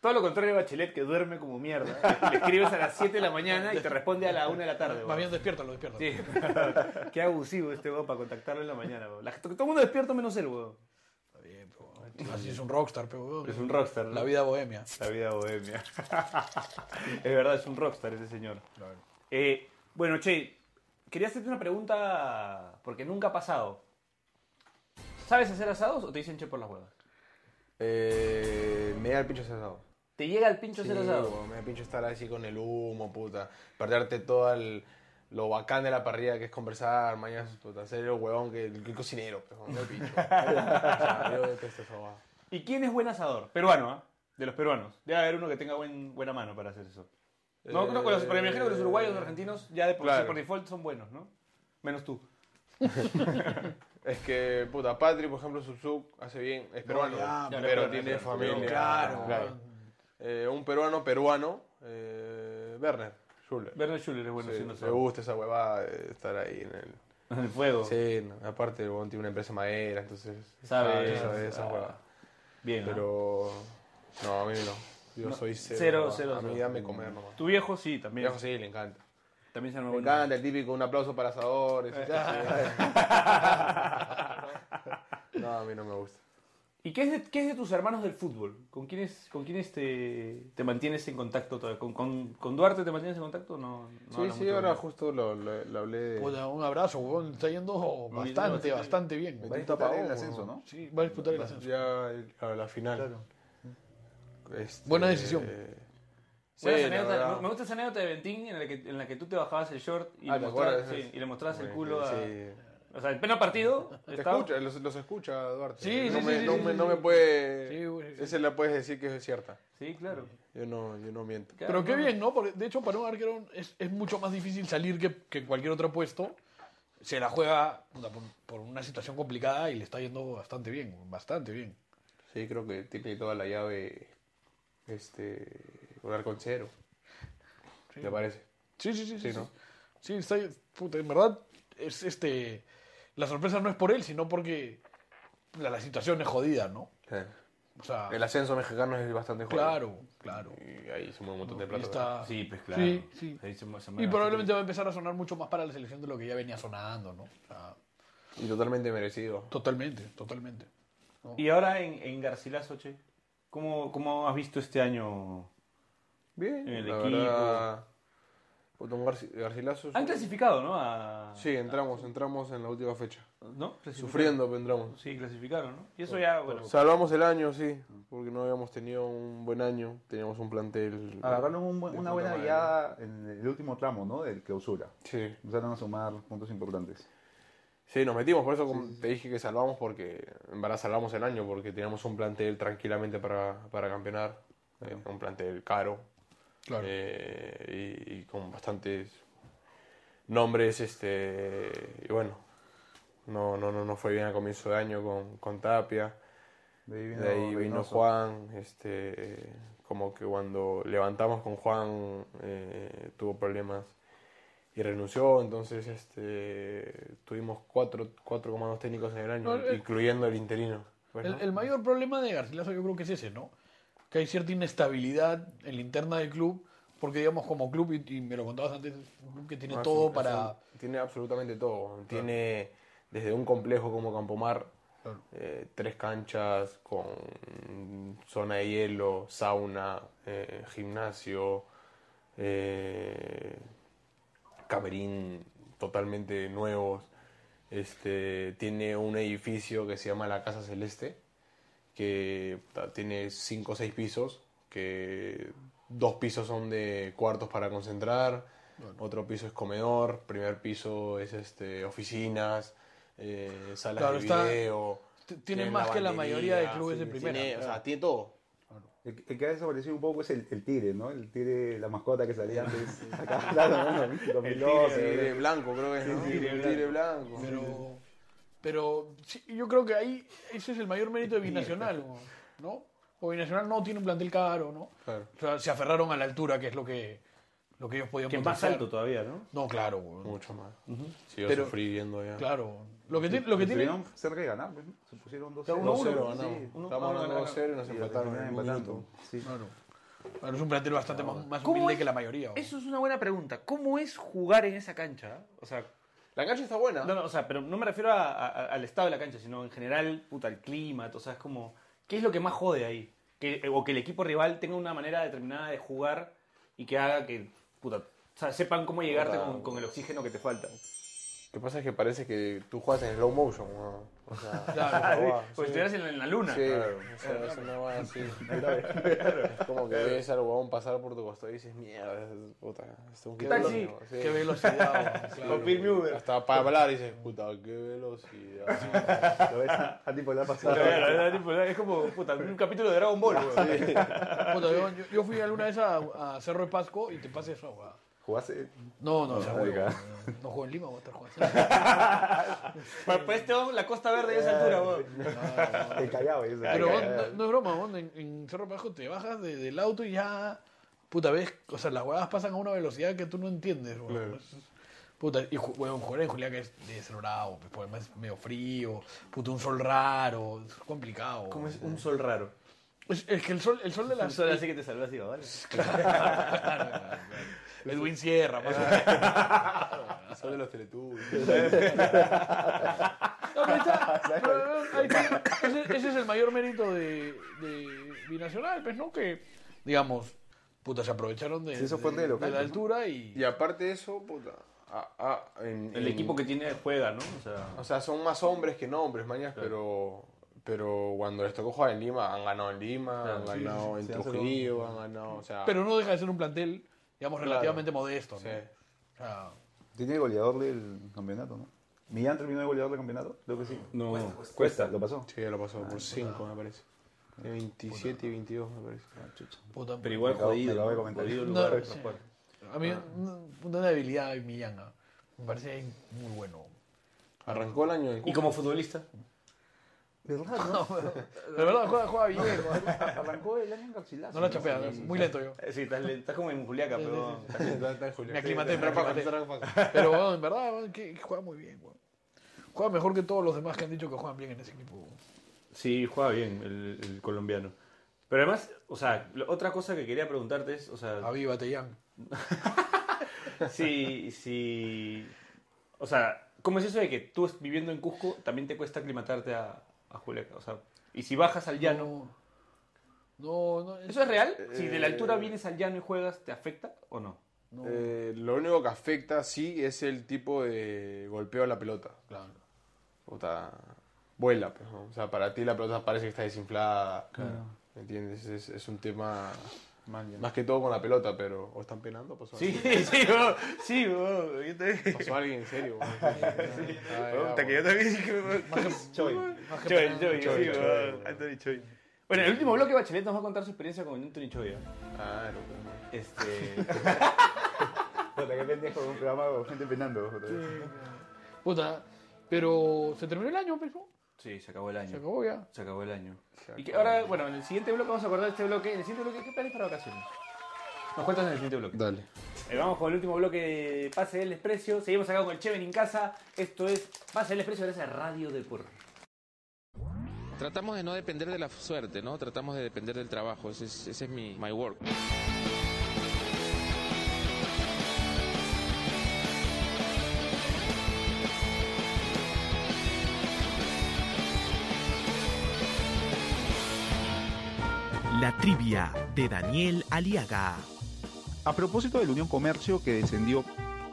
C: Todo lo contrario de Bachelet, que duerme como mierda. Le escribes a las 7 de la mañana y te responde a la 1 de la tarde.
E: Más
C: huevón.
E: bien despiértalo, despiértalo.
C: Sí. Qué abusivo este huevón para contactarlo en la mañana, huevón. La- Todo el mundo despierto menos él, huevón.
E: Está bien, pero, Así es un rockstar, pero weón.
C: Es un rockstar, ¿no?
E: La vida bohemia.
C: La vida bohemia. es verdad, es un rockstar ese señor. Eh, bueno, Che, quería hacerte una pregunta porque nunca ha pasado. ¿Sabes hacer asados o te dicen Che por las huevas?
D: Eh, me da el pincho cesado.
C: ¿Te llega el pincho hacer asado?
D: me da el pincho estar así con el humo, puta. Perderte todo el- lo bacán de la parrilla que es conversar, mañana, puta, ser el huevón que el, cocinero, pero me da el pincho. O sea, yo detesto esa huevada.
C: ¿Y quién es buen asador? Peruano, ¿ah? De los peruanos. Debe haber uno que tenga buen, buena mano para hacer eso. No, no, con los- porque me imagino
D: Eh,
C: que los uruguayos los argentinos ya de por,
D: Claro.
C: por default son buenos, ¿no? Menos tú.
D: Es que, puta, Patri, por ejemplo, Subsub hace bien, es peruano,
E: ya,
D: pero,
C: pero-
D: tiene
C: pero-
D: familia.
E: claro.
D: Eh, un peruano peruano, eh, Werner Schuller.
C: Bernard Schuller es bueno
D: Sí,
C: haciendo
D: me
C: asado.
D: gusta esa huevada de estar ahí en el...
C: En el fuego.
D: Sí, no, aparte el huevón tiene una empresa de madera, entonces
C: Sabe,
D: eso, de esas
C: sabe.
D: huevadas.
C: Bien. ¿ah?
D: Pero no, a mí no. Yo soy cero.
C: cero,
D: nomás.
C: cero,
D: A mí
C: cero.
D: dame comer nomás.
C: Tu viejo sí,
D: Mi
C: también.
D: viejo sí, le encanta.
C: También se arma
D: Me
C: bueno.
D: encanta el típico un aplauso para asadores. no, a mí no me gusta.
C: ¿Y qué es, de, qué es de tus hermanos del fútbol? ¿Con quiénes, con quiénes te, te mantienes en contacto todavía? ¿Con, con, con Duarte te mantienes en contacto? No, no
D: sí,
C: hablas
D: sí,
C: mucho
D: ahora
C: de-
D: justo lo, lo- lo hablé de.
E: Puta, un abrazo, weón. Está yendo bastante, bastante bien.
F: Va a disputar el ascenso, ¿no?
E: Sí, va a disputar el ascenso.
D: Ya el- a la final. Este,
E: Buena decisión.
D: eh, sí,
C: Buenas
D: la
C: anécdotas.
D: verdad.
C: me, me gusta esa anécdota de Ventín en la que, en la que tú te bajabas el short y,
D: Ah,
C: le,
D: ¿te
C: mostrabas,
D: acuerdas?
C: sí, y le mostrabas el
D: Sí,
C: culo a...
D: sí.
C: O sea, el pleno partido.
D: Te
C: estaba-
D: escucha, los, los escucha Duarte.
E: Sí,
D: no
E: sí,
D: me,
E: sí,
D: no
E: sí,
D: me,
E: sí,
D: no
E: sí.
D: me puede.
E: Sí, güey, sí.
D: Esa la puedes decir que es cierta.
C: Sí, claro.
D: Yo no, yo no miento.
E: Pero qué
C: no, no.
E: bien, ¿no? Porque, de hecho, para un arquero es, es mucho más difícil salir que, que en cualquier otro puesto. Se la juega puta, por, por una situación complicada y le está yendo bastante bien, bastante bien.
D: Sí, creo que tiene toda la llave. Este. Un arconcero.
E: Sí.
D: ¿Te parece?
E: Sí, sí, sí. Sí,
D: Sí,
E: sí.
D: ¿no?
E: Sí, está, puta, en verdad, es este. La sorpresa no es por él, sino porque la, la situación es jodida, ¿no? O sea,
D: El ascenso mexicano es bastante jodido.
E: claro, claro.
D: Y ahí se mueve un montón de
E: Y
D: plata.
E: está-
H: Sí, pues claro.
E: Sí, sí.
H: Ahí se mu- se
E: Y
H: mueve
E: probablemente va a empezar a sonar mucho más para la selección de lo que ya venía sonando, ¿no? O sea,
D: Y totalmente merecido.
E: totalmente, totalmente.
C: Y ahora en, en Garcilaso, che. ¿Cómo, ¿Cómo has visto este año?
D: Bien.
C: El
D: la
C: equipo.
D: verdad, puta, un Garci- Garcilaso. es
C: Han
D: un-
C: clasificado, ¿no? A-
D: Sí, entramos, entramos en la última fecha.
C: ¿no? Clasificaron.
D: Sufriendo, pero entramos.
C: Sí, clasificaron, ¿no? Y eso ya, bueno.
D: Salvamos el año, sí, porque no habíamos tenido un buen año. Teníamos un plantel.
F: Agarraron un buen-
D: Ah, de
F: una
D: puta
F: buena
D: madre.
F: guiada en el último tramo, ¿no? Del clausura.
D: Sí.
F: Empezaron a sumar puntos importantes.
D: Sí, nos metimos, por eso como te dije que salvamos, porque en verdad salvamos el año, porque teníamos un plantel tranquilamente para, para campeonar, eh, un plantel caro
E: Claro.
D: eh, y, y con bastantes nombres, este, y bueno, no, no, no, no fue bien al comienzo de año con, con Tapia,
F: De ahí
D: de ahí vino
F: Reynoso.
D: Juan, este, como que cuando levantamos con Juan eh, tuvo problemas y renunció, entonces este, tuvimos cuatro, cuatro comandos técnicos en el año,
E: No, el-
D: incluyendo el interino. Pues,
E: El,
D: ¿no?
E: el mayor problema de Garcilaso yo creo que es ese, ¿no? que hay cierta inestabilidad en la interna del club, porque digamos como club, y, y me lo contabas antes, es un club que tiene
D: No, Ah, es
E: todo
D: un- es
E: para...
D: un- tiene absolutamente todo. Tiene desde un complejo como Campomar,
E: Claro.
D: eh, tres canchas con zona de hielo, sauna, eh, gimnasio, eh, camerín totalmente nuevos. Este, tiene un edificio que se llama la Casa Celeste, que puta, tiene cinco o seis pisos, que dos pisos son de cuartos para concentrar, otro piso es comedor, primer piso es este, oficinas, eh, salas
E: Claro,
D: de
E: está-
D: video.
E: t- tiene más que la mayoría de
D: lavandería,
E: clubes de primera,
D: tiene- o
E: claro.
D: sea, tiene todo.
G: El, el que ha desaparecido un poco es el, el tigre, ¿no? El tigre, la mascota que salía antes. Acá, claro, ¿no?
D: Tigre
G: 2012.
D: blanco, creo que es, ¿no?
G: tigre
D: Un tigre blanco.
E: Pero, pero sí, yo creo que ahí ese es el mayor mérito de Binacional, ¿no? Porque Binacional no tiene un plantel caro, ¿no?
D: Claro.
E: O sea, se aferraron a la altura, que es lo que, lo que ellos podían
K: Que es más
E: potenciar.
K: alto todavía, ¿no?
E: No, claro, weón.
D: Mucho más. Sí, yo
E: Pero-
D: sufrí viendo allá.
E: Claro. Lo que, ti- lo que tiene.
G: Estuvieron cerca de ganar, pues, ¿no? Se pusieron 2-0.
E: uno a uno,
D: 2-0 ganamos. Estábamos ganando 2-0 y nos empataron en un
G: empatando.
D: minuto.
G: Sí.
E: Claro. Claro, es un plantel bastante más, más
C: ¿Cómo
E: humilde
C: es?
E: que la mayoría. weón.
C: Eso es una buena pregunta. ¿Cómo es jugar en esa cancha? O sea,
D: La cancha está buena.
C: no, no, o sea, pero no me refiero a- a- al estado de la cancha, sino en general, puta, el clima, o sea, es como, ¿qué es lo que más jode ahí? Que, eh, o que el equipo rival tenga una manera determinada de jugar y que haga que, puta, o sea, sepan cómo llegarte
D: Puta.
C: con, con el oxígeno que te falta.
D: Lo que pasa es que parece que tú juegas en slow motion, weón. O sea,
E: Claro.
D: guau,
C: Pues
D: Ah, sí.
C: estuvieras en, la- en la luna.
D: Sí, o sea, es una guada así. Es como que ves al huevón pasar por tu costado y dices, mierda, es- puta, es un
C: Taxi,
D: kilómetro, sí.
E: Qué velocidad. weón.
D: Claro, Hasta para hablar dices, puta, qué velocidad.
G: Lo ves a a tipo le ha pasado.
C: Claro, claro, claro, tipo, es como, puta, un capítulo de Dragon Ball. weón.
E: Puta, weón, yo, yo fui alguna vez a, a Cerro de Pasco y te pasa eso, weón.
F: eh,
G: Jugaste.
E: No, no, o sea, weón,
G: oiga.
E: weón, no juego en Lima, voy a estar jugando.
C: Pero pues este, weón, la Costa Verde
D: Eh,
C: y esa altura, weón.
G: El callado, es el
E: Pero
G: callao.
E: weón, no, no es broma, weón, en, en Cerro de Pasco te bajas de- del auto y ya. Puta, ves, o sea, las huevadas pasan a una velocidad que tú no entiendes, weón. Puta, y ju- weón, jugar en Juliaca es desbravo, pues, porque además es medio frío, puta, un sol raro, es complicado. weón.
K: Como es un sol raro.
E: Es, es que el sol, el sol de
K: Un
E: las.
K: sol así que te salvas y va, vale.
E: Edwin Sierra, más o menos.
D: Solo los teletubbies.
E: No, pero está- pero, eh, ahí está. ese, ese es el mayor mérito de, de Binacional, pues, ¿no? Que, digamos, puta, se aprovecharon de,
G: Sí, eso fue
E: de-
G: de local,
E: de la
G: ¿no?
E: altura y...
D: Y aparte de eso, puta, ah, ah, en-
K: El
D: en-
K: equipo que tiene juega, ¿no? O sea,
D: O sea, son más hombres que no hombres, mañas, pero, pero cuando les tocó jugar en Lima, han ganado en Lima, han
K: Claro,
D: ganado en Trujillo, han ganado, o sea...
E: Pero no deja de ser un plantel, digamos, relativamente modesto, ¿no?
D: sí.
E: O sea,
G: Tiene el goleador del campeonato, ¿no? Millán terminó de goleador del campeonato, creo que sí.
K: no.
G: Cuesta, lo pasó.
D: Sí, ya lo pasó por 5, me parece. De 27 y 22, me parece.
E: puta,
K: Pero igual ah.
G: Me acabo- me
K: jodido.
G: acabo de
K: ¿no?
G: comentar.
K: Jodido
E: No,
K: lugar
E: sí.
K: para jugar.
E: a mí un punto de habilidad en Millán, ¿ah? me parece muy bueno.
D: Arrancó el año en
K: ¿Y
D: Cusco.
K: como futbolista?
G: Eh,
E: De verdad, juega, juega bien.
G: Arrancó el año en Garcilaso.
E: No la chapea, muy lento yo.
K: Eh, Sí, estás, le- estás como en Juliaca, pero...
E: Me aclimaté, me aclimaté.
D: aclimaté.
E: Pero, bueno, en verdad, weón, que que juega muy bien, weón. Juega mejor que todos los demás que han dicho que juegan bien en ese equipo. weón.
K: Sí, juega bien el, el colombiano. Pero además, o sea, lo- otra cosa que quería preguntarte es, o sea,
E: Avívate, Jan.
K: si, si... O sea, ¿cómo es eso de que tú viviendo en Cusco también te cuesta aclimatarte a, a Juliaca? O sea, y si bajas al llano...
E: No, no. es-
K: ¿Eso es real? Si de la altura vienes al llano y juegas, ¿te afecta o no?
E: no,
D: Eh, lo único que afecta, sí, es el tipo de golpeo a la pelota.
E: claro.
D: Puta, vuela, pues, ¿no? O sea, para ti la pelota parece que está desinflada. ¿Me entiendes? Es, es un tema... Más que todo con la pelota, pero... ¿O están penando? Pues, ¿Pasó
K: Sí,
D: alguien?
K: sí, bro. Sí, bro. Yo también.
D: ¿Pasó alguien? ¿En serio? güey? Ah, ya,
K: Puta, que yo
D: güey.
K: también dije, bro.
E: Choy.
K: Choy, Choy, sí, bro. Anthony Choy. Bueno, el último bloque Bachelet nos va a contar su experiencia con Anthony Choy. ¿eh?
D: Ah, no, pues, no.
K: Este.
G: Puta, qué pendejo, un programa con gente penando. joder.
E: Puta, pero se terminó el año, pues, ¿no?
K: Sí, se acabó el
E: Se
K: año.
E: acabó ya.
K: Se acabó el año.
D: acabó.
K: Y que ahora, bueno, en el siguiente bloque vamos a acordar este bloque. En el siguiente bloque, ¿qué planes para vacaciones? Nos cuentas en el siguiente bloque.
D: Dale.
C: Eh, vamos con el último bloque de Pase del Desprecio. Seguimos acá con el Cheven en casa. Esto es Pase del Desprecio gracias a Radio Depor.
A: Tratamos de no depender de la suerte, ¿no? Tratamos de depender del trabajo. Ese es, ese es mi my work.
I: La trivia de Daniel Aliaga.
F: A propósito del Unión Comercio que descendió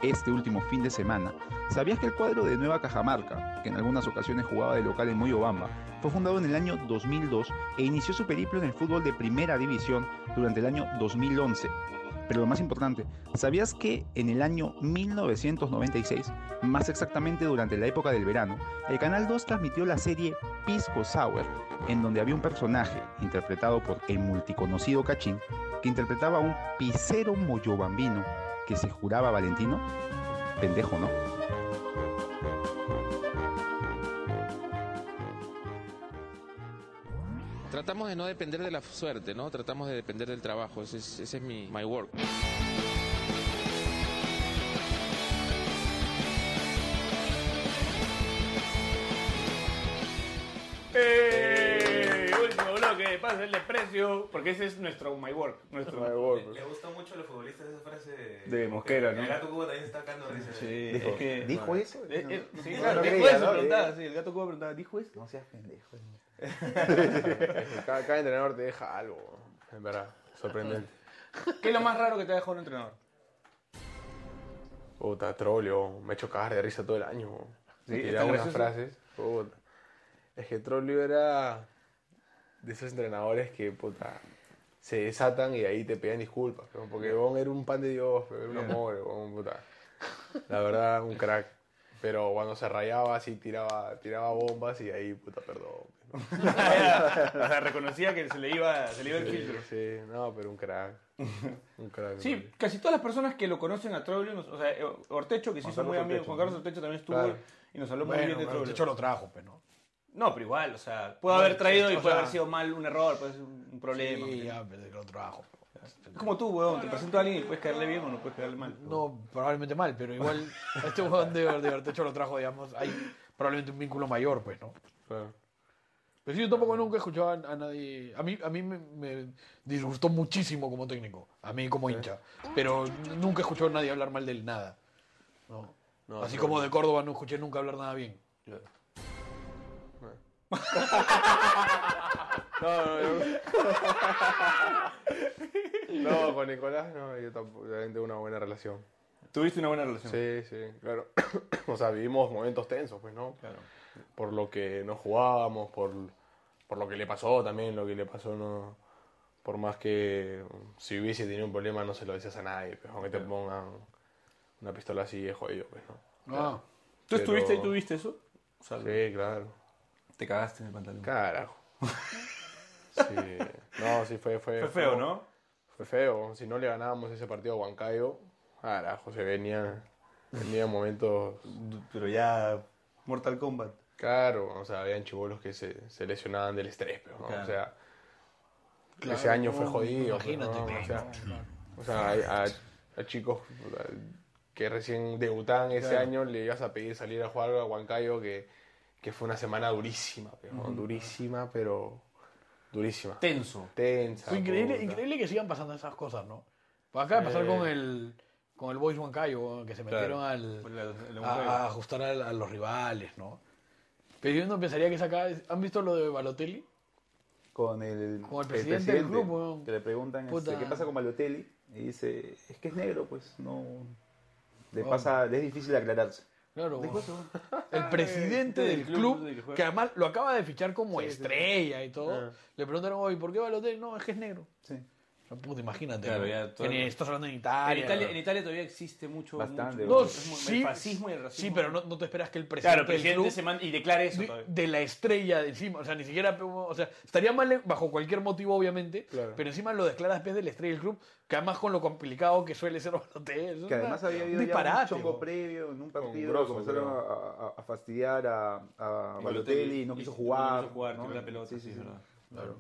F: este último fin de semana, ¿sabías que el cuadro de Nueva Cajamarca, que en algunas ocasiones jugaba de local en Moyobamba, fue fundado en el año 2002 e inició su periplo en el fútbol de primera división durante el año 2011? Pero lo más importante, ¿sabías que en el año 1996, más exactamente durante la época del verano, el Canal 2 transmitió la serie Pisco Sour, en donde había un personaje, interpretado por el multiconocido Cachín, que interpretaba a un pisero moyobambino que se juraba Valentino? Pendejo, ¿no?
A: Tratamos de no depender de la suerte, ¿no? Tratamos de depender del trabajo. Ese es, ese es mi my work.
C: ¡Eh! Último bloque de Paz del Desprecio, porque ese es nuestro My Work. Nuestro
G: My Work.
H: Le gusta mucho a los futbolistas esa frase de,
G: De Mosquera, ¿no?
H: El gato cubo también se está cagando de risa.
G: Sí, Dijo- es que- ¿dijo
H: Vale.
G: eso?
C: Eh, eh, sí,
G: No,
C: claro,
G: no
C: dijo
G: creía,
C: eso,
G: ¿no?
C: preguntaba, sí, el gato cubo preguntaba, ¿dijo eso?
G: No seas pendejo.
D: cada, cada entrenador te deja algo, en verdad. Sorprendente.
C: ¿Qué es lo más raro que te ha dejado un entrenador?
D: Puta, troleo. Me he hecho cagar de risa todo el año.
G: Sí,
D: Me
G: ¿es
D: tiraba
G: tan
D: unas
G: gracioso?
D: frases. Puta. Es que troleo era de esos entrenadores que, puta, se desatan y ahí te pedían disculpas. pero Porque Bon era un pan de Dios, pero era un
G: Ya.
D: amor, Bon, puta. La verdad, un crack. Pero cuando se rayaba, así tiraba, tiraba bombas y ahí, puta, perdón.
C: O sea, reconocía que se le iba, se le iba el
D: Sí,
C: filtro.
D: Sí, no, pero un crack. Un crack.
C: Sí, casi todas las personas que lo conocen a Trollio, nos- o sea, eh, Ortecho, que sí hizo
D: Juan
C: muy
D: Carlos
C: amigo,
D: Ortecho.
C: Juan Carlos Ortecho también estuvo
D: Claro.
C: y nos habló muy
E: Bueno,
C: bien de
E: pero
C: Trollio.
E: Ortecho lo trajo, pues, ¿no?
C: No, pero igual, o sea, puede haber
E: Bueno,
C: traído
E: o
C: y
E: sea-
C: puede haber sido mal un error, puede ser un un problema.
E: Sí, ya, pero lo trajo.
C: Es como tú, weón, te presento a alguien y puedes caerle bien o no puedes caerle mal.
E: No, probablemente mal, pero igual a este huevón de, de Ortecho lo trajo, digamos, hay probablemente un vínculo mayor, pues, ¿no?
D: Claro.
E: Pero sí, yo tampoco nunca he escuchado a a nadie. A mí, a mí me, me disgustó muchísimo como técnico, a mí como hincha. Pero nunca he escuchado a nadie hablar mal del nada. No.
D: No,
E: Así
D: no.
E: como de Córdoba no escuché nunca hablar nada bien.
D: No, no, yo- No, con Nicolás no, yo tampoco, también tengo una buena relación.
C: ¿Tuviste una buena relación?
D: Sí, sí, claro. O sea, vivimos momentos tensos, pues, ¿no? Claro. Por lo que no jugábamos, por, por lo que le pasó también, lo que le pasó no... Por más que si hubiese tenido un problema no se lo decías a nadie, pues, aunque te pongan una pistola así es jodido, pues, ¿no?
E: Ah.
C: ¿Tú estuviste y
D: Pero-
C: tuviste eso? O sea,
D: Sí, claro.
C: Te cagaste en el pantalón.
D: Carajo. Sí. No, sí fue... Fue,
C: Fue feo,
D: como-
C: ¿no?
D: Fue feo. Si no le ganábamos ese partido a Huancayo, ah, carajo, se venía, venía momentos...
C: Pero ya Mortal Kombat.
D: Claro, o sea, habían chibolos que se, se lesionaban del estrés, pero, ¿no?
C: Claro.
D: O sea,
E: Claro,
D: ese año fue
E: no,
D: jodido. pues,
E: imagínate,
D: ¿no?
E: claro.
D: O sea, o sea, a, a- a chicos o sea, que recién debutaban ese
E: Claro.
D: año le ibas a pedir salir a jugar a Huancayo, que, que fue una semana durísima, pues, ¿no?
E: Ujú.
D: durísima, pero durísima.
C: Tenso.
D: Tensa.
E: Fue increíble,
D: puta.
E: increíble que sigan pasando esas cosas, ¿no? Pues acaba de pasar
D: Eh.
E: con el con el Boys Huancayo, ¿no? que se metieron
D: Claro.
E: al,
C: el
E: a, a ajustar al- a, los rivales, ¿no? Pero yo no pensaría que acá. ¿Han visto lo de Balotelli?
G: Con el,
E: Con el presidente del club, weón.
G: Que le preguntan
E: Puta.
G: este, qué pasa con Balotelli. Y dice, es que es negro, pues no. Le
E: Weón.
G: pasa, le es difícil aclararse.
E: Claro,
G: Dijo
E: weón.
G: eso.
E: el presidente del
C: del Ah, club
E: club,
C: del que juega.
E: que además lo acaba de fichar como estrella y todo.
G: Ah.
E: Le preguntaron, oye, ¿por qué Balotelli? No, es que es negro.
G: Sí.
E: No, puta, imagínate.
C: Claro,
E: ¿no?
C: ya todo-
E: Que ni estás hablando en
C: En
E: Italia.
C: Italia, en Italia todavía existe mucho.
G: Bastante,
C: mucho-
E: No,
C: es muy-
E: Ah, sí,
C: el fascismo y el racismo.
E: sí, pero no, no te esperas que el presidente,
C: Claro, el
E: del
C: presidente
E: club
C: se manda y declara eso
E: de,
C: todavía.
E: de la estrella de encima. O sea, ni siquiera. O sea, estaría mal en- bajo cualquier motivo, obviamente.
D: Claro.
E: Pero encima lo declara después de la estrella del club. Que además con lo complicado que suele ser Balotelli. es
G: Que además
E: una-
G: había
E: un
G: habido ya un
E: disparate,
G: chongo
E: weón.
G: previo en un partido.
D: Grosso,
G: comenzaron
D: creo.
G: a, a- a fastidiar a, a Balotelli y no quiso
C: Y-
G: jugar.
C: No quiso jugar,
G: ¿no?
C: tiró la pelota,
G: Sí, sí,
C: sí,
G: sí.
C: es verdad.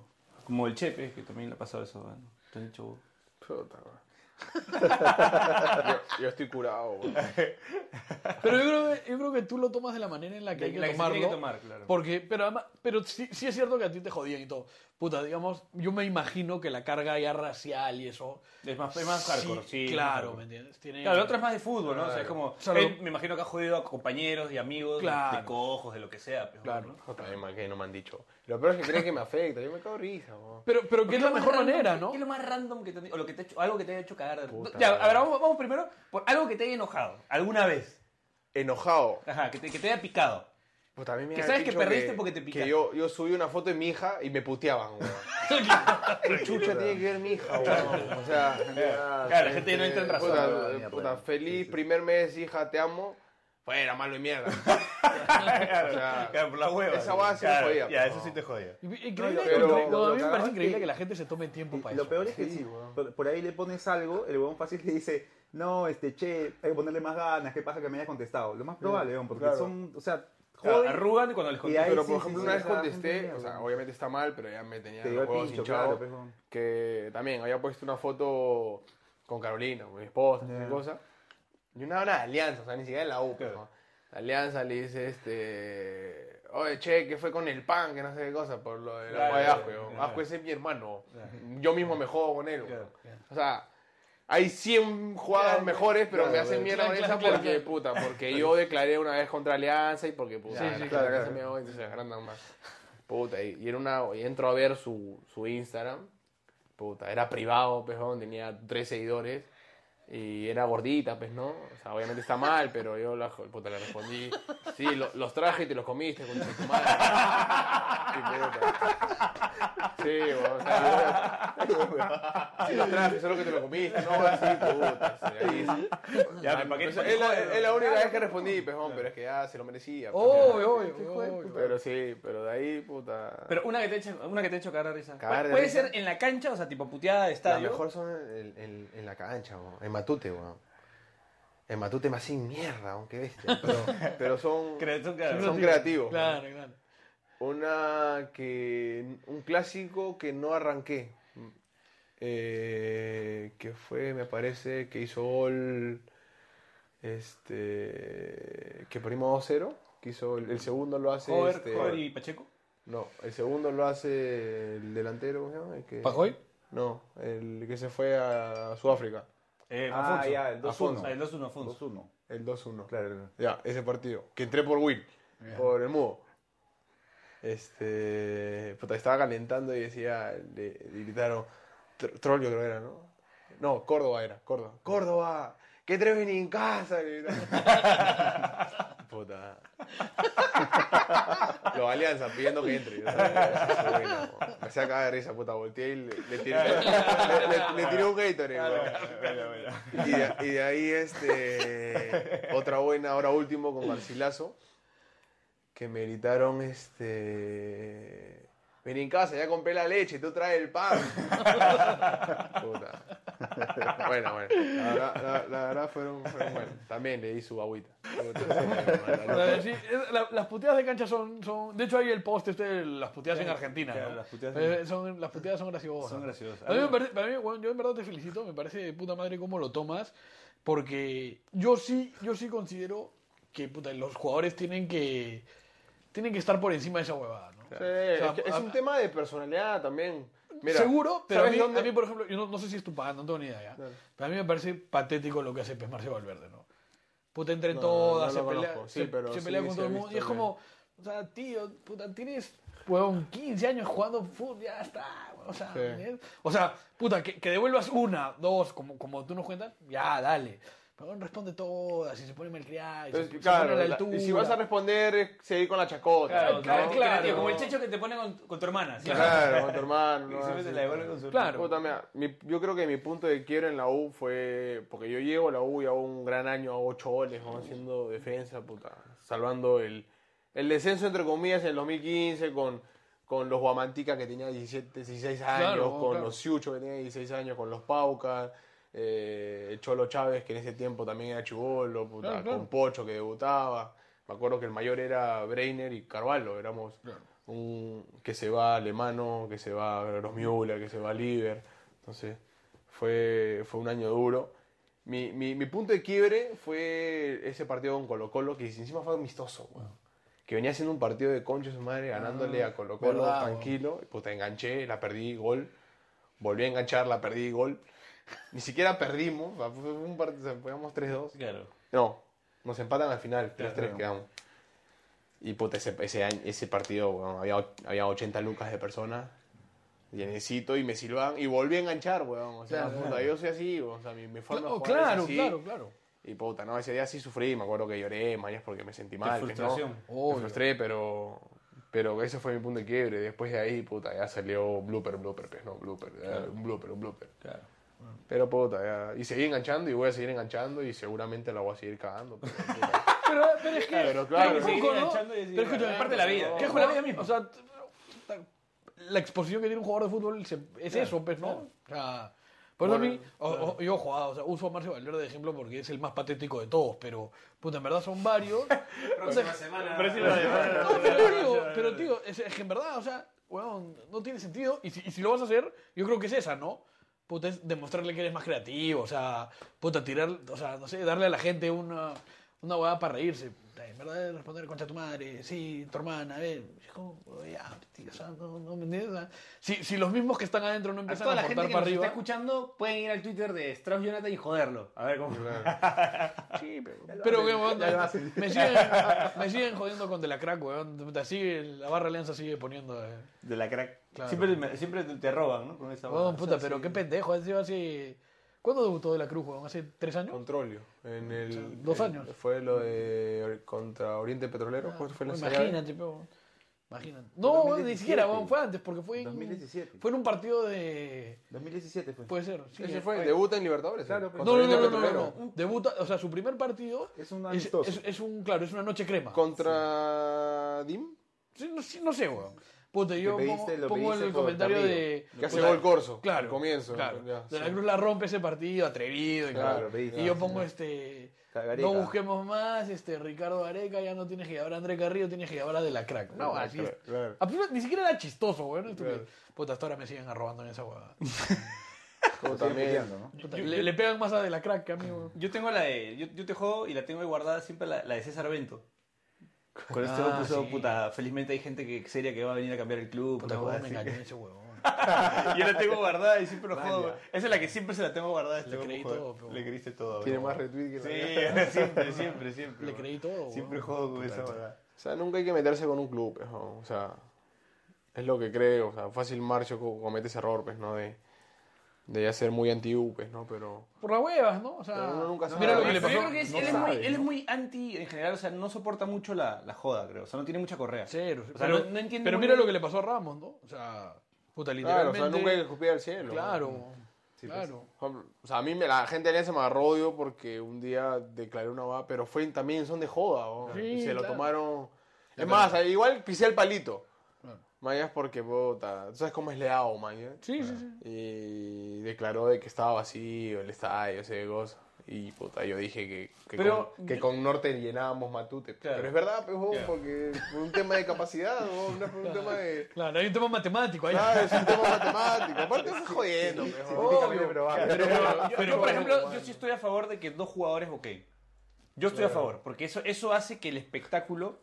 C: Como el Chepe, que también le ha pasado eso, ¿no? Te han dicho.
D: Puta, weón. yo, yo estoy curado, güey.
E: Pero yo creo, que, yo creo que tú lo tomas de la manera en la que
D: De
E: hay que
D: la que se
E: tomarlo.
D: tiene que tomar, claro.
E: Porque, pero además, pero sí, sí es cierto que a ti te jodían y todo. Puta, digamos, yo me imagino que la carga ya racial y eso.
K: Es más, es más hardcore, sí. es más
E: Claro,
K: hardcore.
E: ¿me entiendes? Tiene-
K: Claro, el otro es más de fútbol, ¿no? O sea, es
E: Claro.
K: como.
E: Solo-
K: él me imagino que ha jodido a compañeros y amigos de- de
D: Claro.
K: cojos, de lo que sea. pero, ¿no?
D: Yo también me que no me han dicho. Lo peor es que creen que me afecta. Yo me cago en risa, güey.
E: Pero, pero
K: ¿qué
E: que es la
K: lo más
E: mejor
K: random
E: manera,
K: que-
E: ¿no?
K: qué es lo más random que te han- o lo que te ha hecho, algo que te haya hecho cagar? de-
D: Puta
K: ya, a
D: madre.
K: ver, vamos, vamos primero por algo que te haya enojado, alguna vez.
D: Enojado.
K: Ajá, que te, que te haya picado.
D: Pues también me
K: Que
D: han
K: sabes que
D: dicho
K: perdiste porque te
D: Que
K: picaste.
D: yo, yo subí una foto de mi hija y me puteaban, güey. ¿Qué chucha tiene que ver mi hija, güey? O sea, ya,
K: Claro, la gente ya no entra en
D: puta,
K: razón.
D: puta,
K: Mierda.
D: feliz primer mes, hija, te amo. Fuera, malo de mierda.
K: Claro,
D: O sea,
K: claro, por la hueva.
D: Esa hueá sí me
K: Claro,
D: jodía.
K: Ya,
D: pues,
K: eso sí te jodía.
E: Increíble,
G: No, yo-
E: que-
G: pero-
E: no, a mí me
G: lo
E: parece
G: que-
E: increíble que la gente se tome tiempo para
G: Lo
E: eso.
G: peor es que si por, por ahí le pones algo, el huevón fácil te dice, no, este, che, hay que ponerle más ganas, ¿qué pasa que me hayas contestado? Lo más probable, huevón, porque
D: Claro.
G: son, o sea,
D: Claro,
G: joden.
D: arrugan
K: cuando les
G: Y
D: contestas.
G: ahí
D: Pero
G: sí,
D: por
G: sí,
D: ejemplo,
G: sí,
D: una vez
G: o sea,
D: contesté,
G: gente
D: o sea,
G: mierda.
D: obviamente está mal, pero ya me tenía
G: Te dio
D: los
G: el
D: huevos
G: pincho,
D: hinchados.
G: claro, pues, huevón.
D: que también había puesto una foto con Carolina, con mi esposa, esa cosa. Y una, una alianza, o sea, ni siquiera en la U. pues, ¿no? La alianza le dice, este... Oye, che, ¿qué fue con el pan? Que no sé qué cosa, por lo de la
K: Claro,
D: hueá de
K: claro,
D: Asco. yo,
K: claro.
D: Asco ese es mi hermano. Yo mismo me jodo con él. weón. O sea, hay 100 jugadas
K: Claro,
D: mejores, pero
K: claro,
D: me hacen
K: claro,
D: mierda con
K: claro,
D: esa
K: claro,
D: porque,
K: claro.
D: puta, porque
K: Claro.
D: yo declaré una vez contra Alianza y porque, puta,
K: Sí,
D: la
K: sí,
D: gente
K: claro,
D: de la casa
K: claro.
D: me odia, entonces se agrandan más. Puta, y, y era una, y entro a ver su, su Instagram. Puta, era privado, pues, weón, tenía tres seguidores. Y era gordita, pues, ¿no? O sea, obviamente está mal, pero yo la, jo- puta, le respondí. Sí, lo- los traje y te los comiste, con tu madre. Y puta. Sí, weón, o sea, yo- Sí, los traje, solo que te los comiste, ¿no? Así, puta. sí, ahí sí.
K: Ya, pero ¿para qué-
D: Pues,
K: para qué
D: es, la,
K: joder,
D: es la
K: weón?
D: única vez que respondí, pejón, pero es que ya se lo merecía. pues.
K: Obvio, obvio, Qué hijo de obvio. puta.
D: Pero sí, pero de ahí, puta.
K: Pero una que te eche, una que te eche cagar de risa.
D: Cagar de
K: Pu- puede
D: risa.
K: ser en la cancha, o sea, tipo puteada de
D: Las
K: estadio.
D: mejor son en, en- en la cancha, weón. En Matute, weón. En Matute más sin mierda, aunque bestia. Pero, pero son,
K: Cre- son
D: son,
K: creativos.
D: creativos.
K: Claro,
D: weón.
E: claro.
D: Una que. Un clásico que no arranqué. Eh, que fue, me parece, que hizo gol. Este. Que perdimos 2-0. Que hizo el, el segundo lo hace.
K: Jover,
D: este-
K: Jover y Pacheco.
D: no, el segundo lo hace el delantero, ¿cómo se llama? El que-
K: ¿Pajoy?
D: No, el que se fue a Sudáfrica.
K: Eh,
D: Ah,
K: Afonso.
D: ya, el 2-1.
K: Afonso, El 2-1, Afonso.
G: 2-1.
D: El 2-1. Claro. Ya, ese partido. Que entré por Will,
K: Ya.
D: por el mudo. Este. Puta, estaba calentando y decía. Le, le gritaron. Tr- Troll, yo creo que era, ¿no? No, Córdoba era, Córdoba. ¡Córdoba! ¡Que tres venir en casa! Le gritaron. Puta. Los Alianza pidiendo que entre. ¿no? Esa buena, po. Me hacía cagar de risa, puta. Volteé y le, le tiré, le- le- le tiré un Gatorade. po. Y de, y de ahí, este, otra buena, ahora último con Garcilaso, que me gritaron, este, ven en casa, ya compré la leche, tú traes el pan. Puta. Bueno, bueno, la verdad, la- la verdad fueron, fueron buenos. También le di su agüita.
E: O sea, sí, es- la- las puteadas de cancha son, son. De hecho, hay el post este de las puteadas en Argentina.
K: claro,
E: ¿no?
K: las puteadas
E: Eh,
K: en-
E: son, las puteadas son graciosas.
K: Son graciosas.
E: A mí me parece- para mí, bueno, yo en verdad te felicito, me parece de puta madre cómo lo tomas, porque yo sí, yo sí considero que puta, los jugadores tienen que, tienen que estar por encima de esa huevada. ¿no?
D: Sí,
E: O sea,
D: es, que es
E: a-
D: un tema de personalidad también. Mira,
E: Seguro, pero a
D: ¿sabes
E: mí,
D: dónde-
E: a mí, por ejemplo, yo no, no sé si es tu pan, no tengo ni idea. ¿ya? Pero a mí me parece patético lo que hace Pes Marcio Valverde, ¿no? Puta, entre
D: No, no,
E: todas,
D: no
E: se
D: lo
E: pelea,
D: conozco. Sí,
E: se-
D: pero
E: se
D: sí,
E: pelea
D: sí
E: con
D: he
E: todo el mundo. Y
D: visto
E: es
D: que-
E: como, o sea, tío, puta, tienes, huevón, 15 años jugando fútbol, ya está, huevón, o sea,
D: Sí.
E: ¿entiendes? o sea, puta, que, que devuelvas una, dos, como, como tú nos cuentas, ya, dale. Pero huevón, responde todas y se pone malcriada y se,
D: Entonces,
E: se
D: claro,
E: pone a la
D: la-
E: altura.
D: y si vas a responder, es seguir con la chacota.
K: Claro,
D: ¿no?
K: claro, creativo, como el checho que te pone con, con tu hermana. ¿sí?
D: Claro, con tu hermano.
K: Y siempre te la devuelve con su
D: Claro. yo creo que mi punto de quiebra en la U fue. Porque yo llego a la U y hago un gran año, hago 8 goles, ¿no? haciendo defensa, puta. Salvando el, el descenso, entre comillas, en el 2015 con, con los Guamantica que tenía 17, 16 años,
E: Claro,
D: con
E: claro.
D: los Siucho que tenía 16 años, con los Paucas. eh, el Cholo Chávez, que en ese tiempo también era chivolo, puta,
E: Claro, claro.
D: con Pocho que debutaba. Me acuerdo que el mayor era Breiner y Carvalho, éramos un que se va Alemano, que se va Gross Müller, que se va Liver. Entonces, Fue, fue un año duro. Mi, mi- mi punto de quiebre fue ese partido con Colo Colo, que encima fue amistoso, weón. Que venía haciendo un partido de concha su madre, ganándole
C: Ah,
D: a Colo Colo
C: verdad, weón.
D: tranquilo. Y Puta, enganché, la perdí, gol. Volví a enganchar, la perdí, gol. Ni siquiera perdimos. o sea, Fue un partido, o sea, pegamos 3-2.
K: Claro.
D: No, nos empatan al final, 3-3
K: Claro, claro.
D: quedamos. Y puta, ese, ese, año- ese partido, weón, había, och- había 80 lucas de personas. Llenecito y me silban y volví a enganchar, weón. O sea,
E: Claro,
D: puta,
E: claro.
D: yo soy así, weón, o sea, mi, mi forma de
E: Oh,
D: jugar es
E: claro,
D: así.
E: claro, claro.
D: Y puta, no, ese día sí sufrí, me acuerdo que lloré, mañas, porque me sentí mal. pues, ¿no?
K: frustración,
D: Me
K: obvio.
D: frustré, pero, pero ese fue mi punto de quiebre. Después de ahí, puta, ya salió blooper, blooper, pues no, blooper, ya,
K: Claro.
D: un blooper, un blooper.
K: Claro.
D: Pero puta, ya. Y seguí enganchando y voy a seguir enganchando y seguramente la voy a seguir cagando. Pero,
E: pero, es que.
D: Pero claro,
E: Pero un poco, ¿no?
K: enganchando y
E: Pero
K: decir,
E: escúchame,
K: es parte de la vida.
E: ¿Qué es con la vida misma? O sea, t- t- la exposición que tiene un jugador de fútbol se- es eso, pues, ¿no? O sea, por eso a mí, o- o- yo jugaba, o sea, uso a Marcio Valverde de ejemplo porque es el más patético de todos, pero, puta, en verdad son varios.
H: Próxima semana.
D: ¿eh?
E: No, pero, digo, pero, tío, es, es que en verdad, o sea, weón, no tiene sentido. Y si, y si lo vas a hacer, yo creo que es esa, ¿no? Puta, es demostrarle que eres más creativo, o sea, puta, tirar, o sea, no sé, darle a la gente una, una huevada para reírse. Puta, En verdad, responder concha tu madre, sí, tu hermana, eh. Es como, weón, ya, tío, o sea, no, no me entiendes. O sea, si, si los mismos que están adentro no
K: A
E: empiezan a,
K: toda la gente
E: aportar
K: que
E: para
K: nos está
E: arriba.
K: escuchando pueden ir al Twitter de Strauss Jonathan y joderlo. A ver cómo.
D: sí, pero.
E: Pero, weón,
K: Ya lo hacen.
E: me siguen, me siguen jodiendo con De La Crack, weón. Puta, sigue- la barra alianza sigue poniendo. eh.
K: De la crack.
E: Claro.
K: Siempre, me- siempre te- te roban, ¿no? Con esa
E: Huevón,
K: huevada.
E: Oh, puta,
K: O sea,
E: pero
K: sí.
E: qué pendejo. Ha sido hace. ¿Cuándo debutó de la Cruz, huevón? ¿Hace tres años?
D: Controlio. En el,
E: dos
D: el-
E: años.
D: fue lo de Ori- contra Oriente Petrolero. ¿cuál fue la
E: Huevón,
D: ensayada?
E: Ah, imagínate, pe, huevón. Imagínate. No, huevón, ni siquiera, huevón, fue antes, porque fue en.
G: 2017.
E: Fue en un partido de.
G: 2017 fue.
E: Puede ser. sí,
D: Ese
E: eh.
D: fue, debuta en Libertadores.
G: Claro,
D: sí,
G: pero-
D: contra
E: pues. No, no,
D: Oriente
E: no, no, no,
D: Petrolero.
E: no, no. Debuta, o sea, su primer partido
G: Es un
E: es,
G: amistoso.
E: es- es un, claro, es una noche crema.
D: Contra Dim,
E: Sí, no, sí, no sé, weón. Puta, yo
G: pediste-
E: pongo,
G: lo
E: pongo en
G: pediste
E: el
G: por
E: comentario
G: Carrillo.
E: de.
D: que hace
E: puta,
D: gol corso.
E: Claro.
D: al comienzo.
E: Claro.
D: Ya,
E: de la
D: sí.
E: Cruz la rompe ese partido atrevido. Y,
D: Claro,
E: claro.
G: pediste.
E: y yo pongo este.
G: Cagareta.
E: No busquemos más, este Ricardo Areca ya no tienes que llevar a André Carrillo, tienes que llevar a De La Crack. No,
D: Claro,
E: así es.
D: claro.
E: A primera- ni siquiera era chistoso, güey. ¿no? Esto que-
D: Claro.
E: Puta, hasta ahora me siguen arrobando en esa huevada.
D: Como
G: Siguen
D: también-
G: puteando, ¿no?
E: Puta, le, le pegan más a De La Crack que a mí, güey.
K: Yo tengo la de. Yo, yo te juego y la tengo ahí guardada siempre la, la de César Bento. Con esto
E: Ah,
K: puso,
E: sí.
K: puta, felizmente hay gente que seria que va a venir a cambiar el club.
E: Puta,
K: una
E: güey,
K: huevada
E: me
K: así.
E: engañé ese huevón. Ah,
K: Yo la tengo guardada y siempre lo
G: Vaya.
K: juego. güey. Esa es la que siempre se la tengo guardada. este
E: Le creí
K: juego.
E: todo, pero-
K: Le creíste todo.
D: Tiene
K: bro.
D: más retweet que la
K: Sí, siempre, siempre, siempre.
E: Le
K: bro.
E: creí todo, güey.
K: Siempre juego con esa verdad.
D: O sea, nunca hay que meterse con un club, pues, ¿no? o sea, es lo que creo, o sea, fácil Marcho co- comete ese error, pues, ¿no? De, de ya ser muy anti U, pues, ¿no? Pero
E: Por las huevas, ¿no? O sea.
D: Pero uno nunca sabe.
E: Mira lo que
K: Pero
E: le
K: yo
E: pasó.
K: creo que es-
D: No
K: él,
D: sabe,
K: es muy, él
D: ¿no?
K: es muy anti en general, o sea, no soporta mucho la, la joda, creo. O sea, no tiene mucha correa.
E: Cero.
K: O sea,
E: pero
K: no, no entiende
E: pero
K: muy
E: mira
K: bien-
E: lo que le pasó a Ramos, ¿no? O sea, puta,
D: claro,
E: literalmente.
D: o sea, nunca hay que escupir al cielo. ¿no?
E: Claro. pues. claro.
D: Por ejemplo, O sea, a mí me, la gente de se me agarró odio porque un día declaré una va, pero fue también son de joda, ¿no?
E: Sí,
D: Y se lo
E: claro.
D: tomaron. Es más, igual pisé el palito.
E: Ah.
D: Mayas porque, puta, tú sabes cómo es Leao, Mayas.
E: Sí, sí, sí.
D: Y declaró de que estaba vacío el estadio, ese gozo. Y puta, yo dije que, que,
K: Pero-
D: con, que con Norte llenábamos Matute.
K: Claro.
D: Pero es verdad, pues, huevón, porque por un tema de capacidad, huevón, no es por un tema de.
E: Claro, hay un tema matemático ahí.
D: Claro, es un tema matemático. Aparte, estás jodiendo, pues, huevón.
G: Científicamente probable.
K: Yo- yo, por ejemplo, yo sí estoy a favor de que dos jugadores boqueen. Yo estoy a favor, porque eso, eso hace que el espectáculo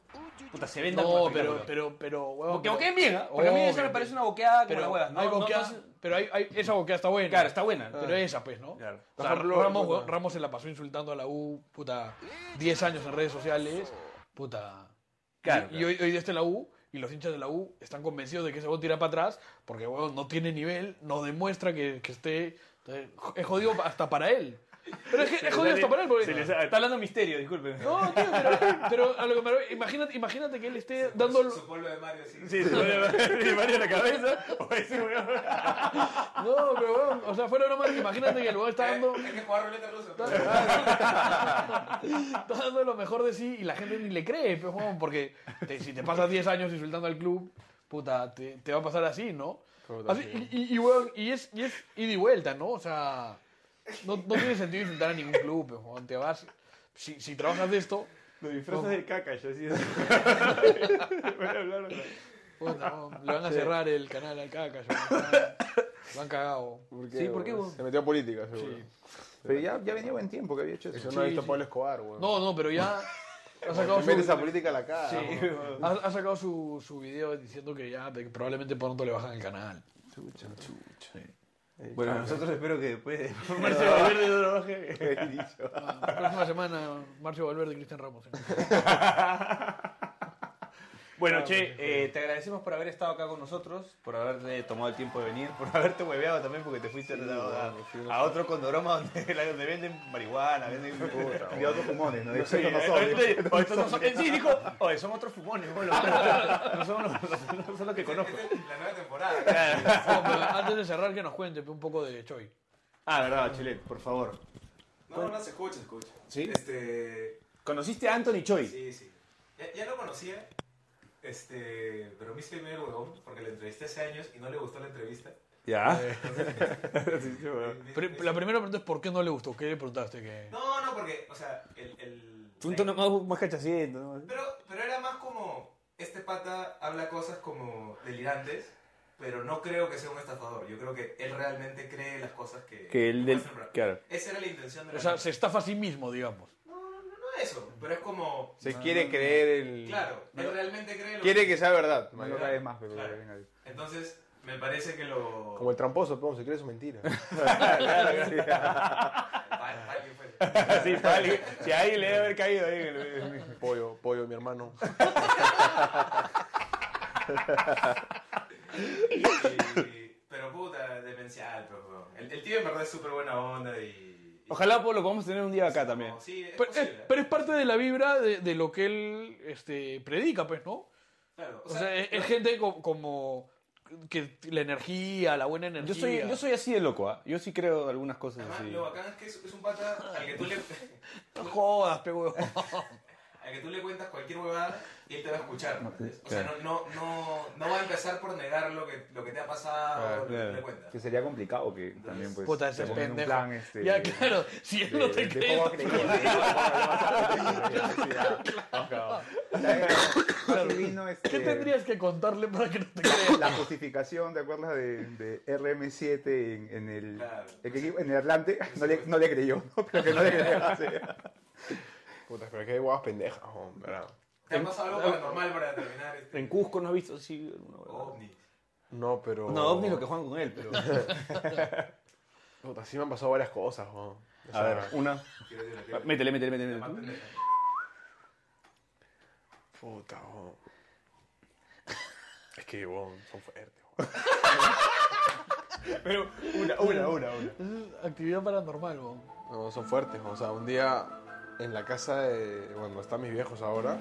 K: puta, se venda como
E: No, pero,
K: espectáculo.
E: pero, pero, huevón.
K: Porque
E: pero-
K: boqueen bien, ¿ah? Porque a mí eso
E: Obvio,
K: me parece una boqueada como
E: Pero
K: la hueva. No,
E: hay
K: No- no
E: boquea-
K: hace-
E: pero hay, hay- esa boquea está buena.
K: Claro, está buena. Ah.
E: Pero esa, pues, ¿no?
K: Claro.
E: O sea,
D: Por ejemplo,
E: Ramos,
D: puta.
E: huevón, Ramos se la pasó insultando a la U, puta, 10 años en redes sociales, puta.
K: Claro,
E: Y, y
K: claro.
E: hoy, hoy día está en la U y los hinchas de la U están convencidos de que ese bot tira para atrás porque, huevón, no tiene nivel, no demuestra que, que esté... entonces, Es jodido hasta para él. Pero es que es jodido hasta para él porque...
K: Se les- está hablando misterio, disculpen.
E: No, tío, pero, pero a lo que me refiero, imagínate, imagínate que él esté dando...
H: Su pueblo de Mario, sí.
K: Sí, se le Mario en la cabeza. o ese huevón.
E: No, pero bueno, o sea, fuera broma, imagínate que el huevón está dando...
H: Eh, Hay que jugar ruleta rusa. pues.
E: está dando lo mejor de sí y la gente ni le cree, pues, huevón, porque te- si te pasas 10 años insultando al club, puta, te, te va a pasar así, ¿no?
D: Puta,
E: Así,
D: sí.
E: y, y, y, huevón, y es, y es ida y vuelta, ¿no? O sea, no, no tiene sentido insultar a ningún club, pues, huevón, te vas... Si, si trabajas de esto,
K: Lo disfrazas de caca, yo así. Voy a hablar.
E: puta, huevón, le van a cerrar el canal al caca. yo- Lo han cagado.
D: Sí, ¿por qué, vos? Se metió a política, seguro.
G: Pero ya, ya venía buen tiempo que había hecho eso.
D: Eso no ha
E: Sí,
D: visto
E: sí.
D: Pablo Escobar, weón.
E: No, no, pero ya ha sacado
D: Te metes a política a la cara,
E: Sí,
D: weón.
E: ha, ha sacado su, su video diciendo que ya de que probablemente pronto le bajan el canal. Chucha, chucha.
L: Bueno, nosotros espero que después de
E: Marcio Valverde no lo baje.
L: He dicho.
E: Ah, la próxima semana, Marcio Valverde y Cristian Ramos. ¿eh?
K: Bueno,
E: Ah,
K: che, eh, te agradecemos por haber estado acá con nosotros, por haberte tomado el tiempo de venir, por haberte hueveado también porque te fuiste a- a, a otro condoroma donde, la- donde venden marihuana, venden...
G: Y otros fumones, ¿no?
K: Sí,
G: Estos no
K: eh,
G: son,
K: ahorita-
G: estos no
K: o estos no
G: son.
K: son- en sí dijo, oye, son otros fumones, bueno, no son los, no son los que conozco.
H: La nueva temporada.
E: No, pero antes de cerrar, que nos cuente un poco de Choi.
K: Ah, verdad, Chilet, por favor.
H: No, no, se escucha, se escucha.
K: ¿Sí?
H: Este...
K: ¿Conociste a Anthony Choi?
H: Sí, sí. Ya, ya lo conocía, este, pero me hice medio huevón porque le entrevisté hace años y no le gustó la entrevista.
K: Ya.
E: Pri- la primera pregunta es: ¿por qué no le gustó? ¿Qué le preguntaste? Que...
H: No, no, porque, o sea, el, el-
K: Un tono más, más cachaciento. ¿no?
H: Pero, pero era más como, este pata habla cosas como delirantes, pero no creo que sea un estafador. Yo creo que él realmente cree las cosas que...
K: Que él del-
H: muestra en radio.
K: claro.
H: Esa era la intención de la
E: O sea, se estafa a sí mismo, digamos.
H: No eso, pero es como...
D: Se quiere creer el...
H: Claro, él realmente cree lo
D: Quiere que sea verdad.
G: No lo caes más, pero
H: Claro.
G: venga.
H: Entonces, me parece que lo...
D: Como el tramposo, pues, pero se cree su mentira.
H: Vale, vale, que fue.
K: Sí, para alguien- si a alguien le debe haber caído ahí.
D: Pollo, pollo, mi hermano.
H: Y- pero puta, demencial, pero weón. el, el tío en verdad es súper buena onda y...
K: Ojalá pues, lo podamos tener un día acá también.
H: Sí, es
E: Pero es,
H: posible.
E: pero es parte de la vibra de, de lo que él este, predica, pues, ¿no?
H: Claro,
E: O sea, e-, es, es gente co- como, que la energía, la buena energía.
K: Yo soy, yo soy así de loco, ¿ah? Yo sí creo algunas cosas
H: además,
K: así.
H: lo bacán es que es, es un pata al que tú le...
E: No jodas, pe huevón.
H: al que tú le cuentas cualquier huevada y él te va a escuchar. O sea, no,
G: claro.
H: no, no, no va a empezar por negar lo que, lo que te ha pasado o lo que tú le cuentas.
G: Que sería complicado que también pues.
E: Puta, ese
G: te
E: es
G: pongan un
E: pendejo.
G: plan, este,
E: ya, claro, si él no
G: de-
E: te
G: de
E: cree.
G: poco
E: no-
G: Así vino, este,
E: ¿Qué tendrías que contarle para que no te crea?
G: La justificación, ¿te acuerdas de, de RM7 en, en el, el que- en el Atlante? No le, no le creyó, ¿no? pero que no le creyó. sí.
D: Puta, pero que hay guapas pendejas, weón, ¿verdad?
H: ¿Te ha pasado algo paranormal para terminar este
K: En Cusco no has visto así. alguna huevada?
H: ovni?
D: No, pero...
K: No, ovni lo que juegan con él, pero.
D: Puta, sí me han pasado varias cosas, weón. O
K: A
D: sea,
K: ver, una.
H: Quiero decir, quiero decir.
K: Métele, métele, métele.
H: Más
K: métele.
H: pendeja.
D: Puta, weón. Es que, weón, son fuertes,
K: Pero una, una, una, una.
E: Es actividad paranormal, huevón.
D: weón. No, son fuertes, weón. O sea, un día en la casa de... Bueno, están mis viejos ahora.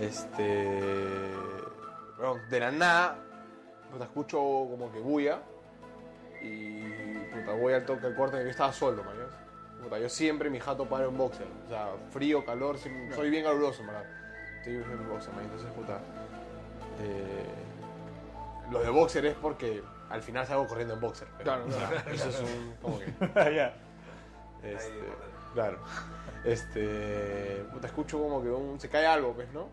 D: Este... Weón, de la nada, puta, escucho como que bulla. Y, puta, voy al toque al cuarto en el que yo estaba solo, mañana. Puta, yo siempre mi jato paro en boxer. O sea, frío, calor, siempre- soy bien caluroso, en ¿verdad? Estoy bien en boxer, man. Entonces, puta. eh, los de boxer es porque al final salgo corriendo en boxer. pero,
E: Claro,
D: o sea,
E: claro.
D: Eso es un. Como que.
G: Ah,
D: Este, claro. Este. Puta, escucho como que un- se cae algo, pues, ¿no?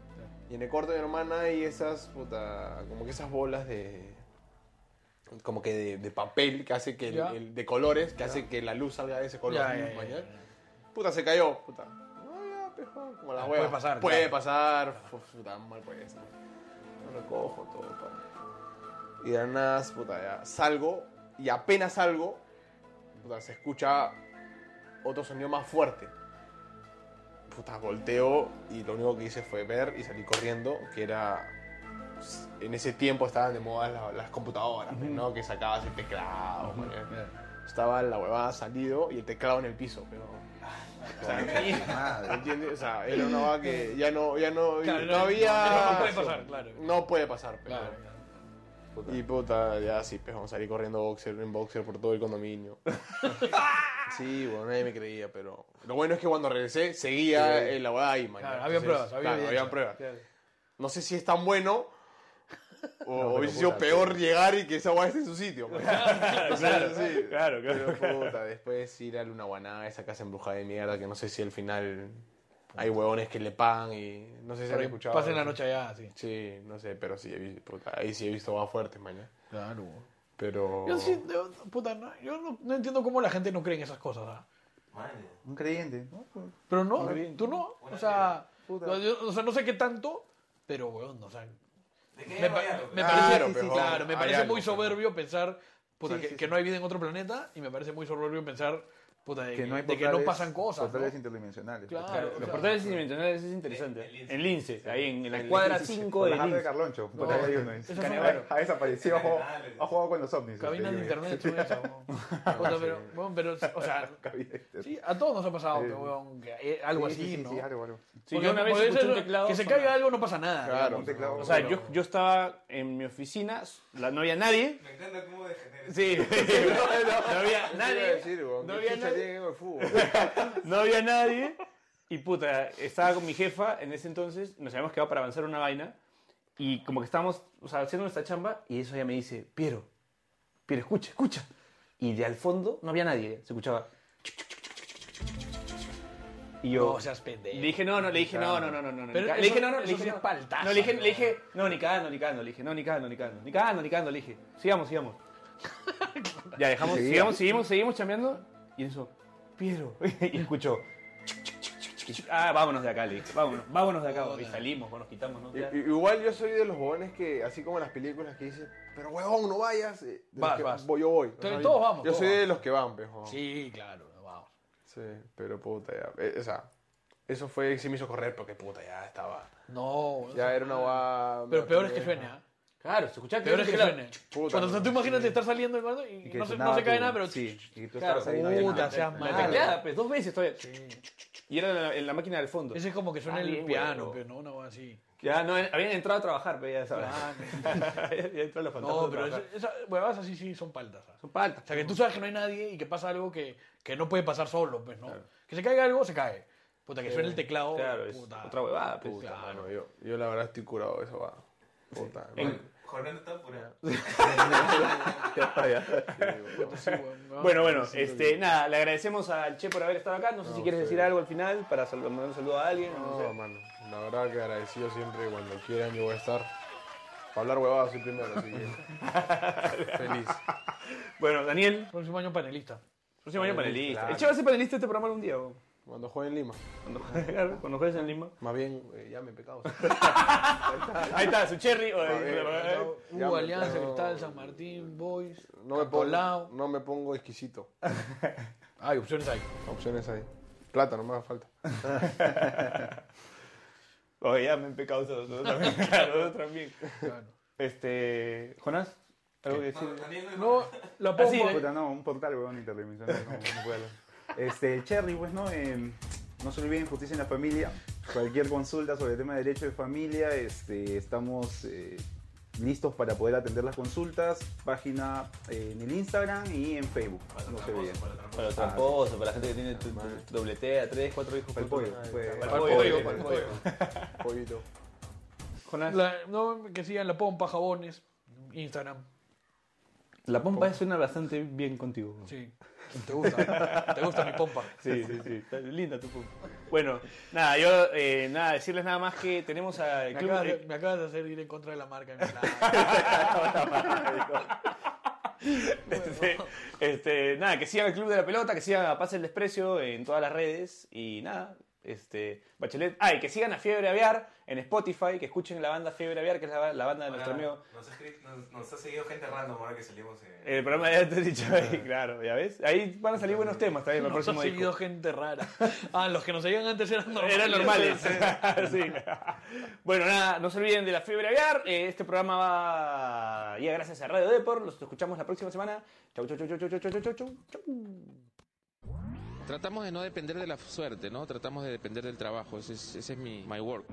D: Y en el corte de mi hermana hay esas, puta. Como que esas bolas de. Como que de, de papel que hace que. el-
E: Ya.
D: el- de colores que hace que la luz salga de ese color.
E: Ya, ya, ya,
D: mañana.
E: ya.
D: Puta, se cayó, puta. Ah, ya, pejo, Como la
E: Ah,
D: hueva.
E: puede pasar,
D: Puede
E: claro.
D: pasar. fu- Puta, mal puede ser. No lo cojo todo, pa. Y de la nada, puta, ya salgo. Y apenas salgo, puta, se escucha otro sonido más fuerte. Puta, volteo y lo único que hice fue ver y salí corriendo, que era... pues, En ese tiempo estaban de moda las, las computadoras, pues, ¿no? Que sacabas el teclado, mañana. Estaba la huevada salido y el teclado en el piso, pero... O sea, ¿entiendes? O sea, era una huevada que ya no, ya no,
E: Claro,
D: no
E: no,
D: había...
E: no, no puede pasar, claro.
D: No puede pasar, pero...
E: Claro.
D: Y puta, ya sí, pues vamos a salir corriendo boxer en boxer por todo el condominio. sí, bueno, nadie me creía, pero. Lo bueno es que cuando regresé seguía el la hueá ahí, man.
E: Claro, había pruebas, había
D: claro,
E: evidencia.
D: había pruebas. No sé si es tan bueno o hubiese sido
G: puta,
D: peor llegar y que esa hueá esté en su sitio. man. O sea, sí.
K: Claro, claro.
D: Pero puta, después ir a una guaná, esa casa embrujada de mierda, que no sé si al final hay huevones que le pagan y. No sé si han
E: Para que
D: escuchado.
E: Pasen la
D: eso.
E: noche allá, sí.
D: Sí, no sé, pero sí, he visto- puta, ahí sí he visto va fuerte, mañana.
E: Claro.
D: Pero.
E: Yo, sí, yo, puta, no, yo no, no entiendo cómo la gente no cree en esas cosas. ¿ah?
F: Un creyente, ¿no?
E: Pero no, tú no. O sea, no, yo- o sea, no sé qué tanto, pero, weón, o sea... Me, pa- me
D: Claro,
E: parece,
D: pero,
E: sí, sí,
D: weón,
E: claro, me
D: hay
E: parece
D: algo,
E: muy soberbio pensar puta,
F: Sí,
E: que,
F: sí,
E: que no hay vida en otro planeta y me parece muy soberbio pensar puta, de,
F: Que no hay
E: de que
F: portales-
E: no pasan cosas. ¿no?
F: Portales interdimensionales.
E: Claro,
F: Claro,
E: o
F: los
E: sea,
F: portales
C: interdimensionales es interesante. En Lince, ahí en, en la
F: El-
C: cuadra
F: sí, sí,
C: 5 de
F: por la jarra de
C: Lince.
F: Carloncho.
C: No,
F: por ahí hay uno, es-
C: esos son-
F: Ha desaparecido, ha jugado, ha jugado con los ovnis.
E: Cabinas de
F: este,
E: internet son esas, weón. Puta, pero, weón, pero, o sea, sí, a todos nos ha pasado, que, weón, que, eh, algo
F: Sí,
E: así,
F: sí, sí,
E: ¿no?
F: sí, algo, algo.
E: Sí, yo una vez escuché un teclado que se caiga algo no pasa nada.
C: Claro,
E: digamos, ¿no?
C: o sea, yo, yo estaba en mi oficina, la- no había nadie.
M: Me encanta cómo degenera.
C: Sí, no había nadie.
D: No
C: había nadie.
D: el fútbol.
C: no había nadie. Y puta, estaba con mi jefa en ese entonces, nos habíamos quedado para avanzar una vaina. Y como que estábamos, o sea, haciendo nuestra chamba, y eso ella me dice, Piero, Piero, escucha, escucha. Y de al fondo no había nadie, ¿eh? se escuchaba. Y yo.
E: No seas pendejo.
C: Le dije, no, no, le dije, no, no, no, no, no. ni
E: Pero
C: ca-
E: eso-
C: le dije, no, no, le
E: eso
C: dije,
E: sí
C: no.
E: es paltazo,
C: No, le dije,
E: ¿no?
C: le dije, no, ni cagando, ni cagando, le dije, no, ni cagando, ni cagando, ni cagando, ni cagando, le dije. Sigamos, sigamos. Ya dejamos,
F: Y seguía.
C: sigamos, seguimos, seguimos chambeando. Y eso, Piero. y escuchó. Ah, vámonos de acá, le dije. Vámonos, vámonos de acá. Y salimos, bueno, nos quitamos, ¿no? Ya.
D: I- Igual yo soy de los jóvenes que, así como en las películas que dicen, pero huevón, no vayas. eh, de los
E: Vas,
D: que
E: vas.
D: Voy, yo voy.
E: Entonces,
D: yo-
E: todos vamos,
D: Yo
E: todos
D: soy de
E: vamos.
D: los que van, pejo.
E: Sí, claro, vamos.
D: Sí, pero puta ya. eh, o sea, eso fue, sí me hizo correr porque puta ya estaba.
E: No,
D: Ya era una guada.
E: Pero peor es que suene, ¿ah?
C: Claro, se escucha
E: Peor es que suene.
D: Puta,
E: Cuando o sea,
D: no.
E: tú imagínate estar saliendo del cuarto y,
D: que
E: no, se,
D: sonaba
E: no se cae
D: tu-
E: nada, pero.
F: sí, y tú
E: claro,
F: estabas ahí, no había
E: puta,
F: nada.
E: seas
F: La
E: malo.
C: tecleada, pues, dos veces todavía. Y era en la, en la máquina del fondo.
E: Ese es como que suena
C: Ah,
E: el
C: bien,
E: piano,
C: huevo.
E: pero no, una cosa así.
C: Ya, no, en- habían entrado a trabajar, pero ya sabes. ya entró los fantasmas.
E: No,
C: a
E: pero
C: trabajar.
E: ese- esas huevadas así sí son paltas. ¿ah?
C: Son paltas.
E: O sea, que tú sabes que no hay nadie y que pasa algo que, que no puede pasar solo, pues, ¿no? Que se caiga algo, se cae. Puta, que
D: Sí.
E: suene el teclado.
C: Claro, es
E: puta.
C: otra huevada, pues.
D: Puta, mano, Ah, yo, yo la verdad estoy curado de eso, va. Puta, man.
M: Jornal está apurado.
C: Bueno, bueno, este, nada, le agradecemos al Che por haber estado acá. No sé si quieres decir algo al final para sal- mandar un saludo a alguien. No,
D: No,
C: sé.
D: mano, la verdad que agradecido siempre cuando quieran yo voy a estar. Para hablar huevadas soy primero, así que feliz.
C: Bueno, Daniel,
E: Próximo año panelista.
C: próximo año Eh, panelista.
D: Claro.
C: El Che va a ser panelista de este programa algún día. bo.
D: Cuando juegue en Lima,
C: Cuando juegues, cuando juegues en Lima.
D: más bien eh, ya me pecado.
C: Ah, Ahí está, su Cherry. eh. o-
D: ver,
E: Uh,
D: Ya me-
E: Alianza,
D: no.
E: Cristal, San Martín, Boys.
D: No me,
E: Cantolao.
D: pongo, no me pongo exquisito.
E: Hay opciones ahí.
D: Opciones ahí. Plata, no me hace falta.
C: Oye, ya me han pecado nosotros dos también. Claro, nosotros también.
E: Claro.
C: Este, Jonás, ¿algo que decir?
E: No, la
C: Así,
E: pongo.
F: Puta, no, un portal, weón, interdimensional. No, no puedo hablar. Este, el Cherry, pues, ¿no? Eh, no se olviden Justicia en la Familia. Cualquier consulta sobre el tema de derecho de familia, este, estamos eh, listos para poder atender las consultas. Página eh, en el Instagram y en Facebook. No se olviden. Ah,
N: Para los tramposos, para la gente que tiene tu- tu- tu dobletea, tres, cuatro hijos.
F: Para el pollo. pues.
C: Para el pollo, para el pollo.
D: Pollito.
C: Jonás.
E: La- no, que sigan la pompa, jabones, Instagram.
C: La pompa suena bastante bien contigo.
E: Sí. Te gusta. Te gusta mi pompa.
C: Sí, sí, sí. Está linda tu pompa. Bueno, nada, yo, eh, nada, decirles nada más que tenemos al
E: Me
C: club.
E: acabas, de,
C: eh,
E: me acabas de hacer ir en contra de la marca.
C: este, este, nada, que sigan al club de la pelota, que sigan a Pase el Desprecio en todas las redes y nada. Este, Bachelet. Ah, y que sigan a Fiebre Aviar en Spotify, que escuchen la banda Fiebre Aviar, que es la, la banda de nuestro amigo.
M: Nos, ha escri- nos, nos ha seguido gente random ahora que salimos. eh.
C: El programa ya te he dicho ahí, claro, ya ves. Ahí van a salir buenos temas también para el
E: Nos ha
C: próximo disco.
E: seguido gente rara. Ah, los que nos seguían antes eran normales.
C: Eran normales. Sí. Bueno, nada, no se olviden de la fiebre aviar. Eh, este programa va ya gracias a Radio Depor. Los escuchamos la próxima semana. Chau, chau, chau, chau, chau, chau, chau, chau, chau.
A: Tratamos de no depender de la suerte, ¿no? Tratamos de depender del trabajo. Ese es, ese es mi my work.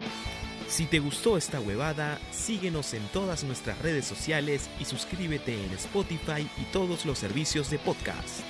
H: Si te gustó esta huevada, síguenos en todas nuestras redes sociales y suscríbete en Spotify y todos los servicios de podcast.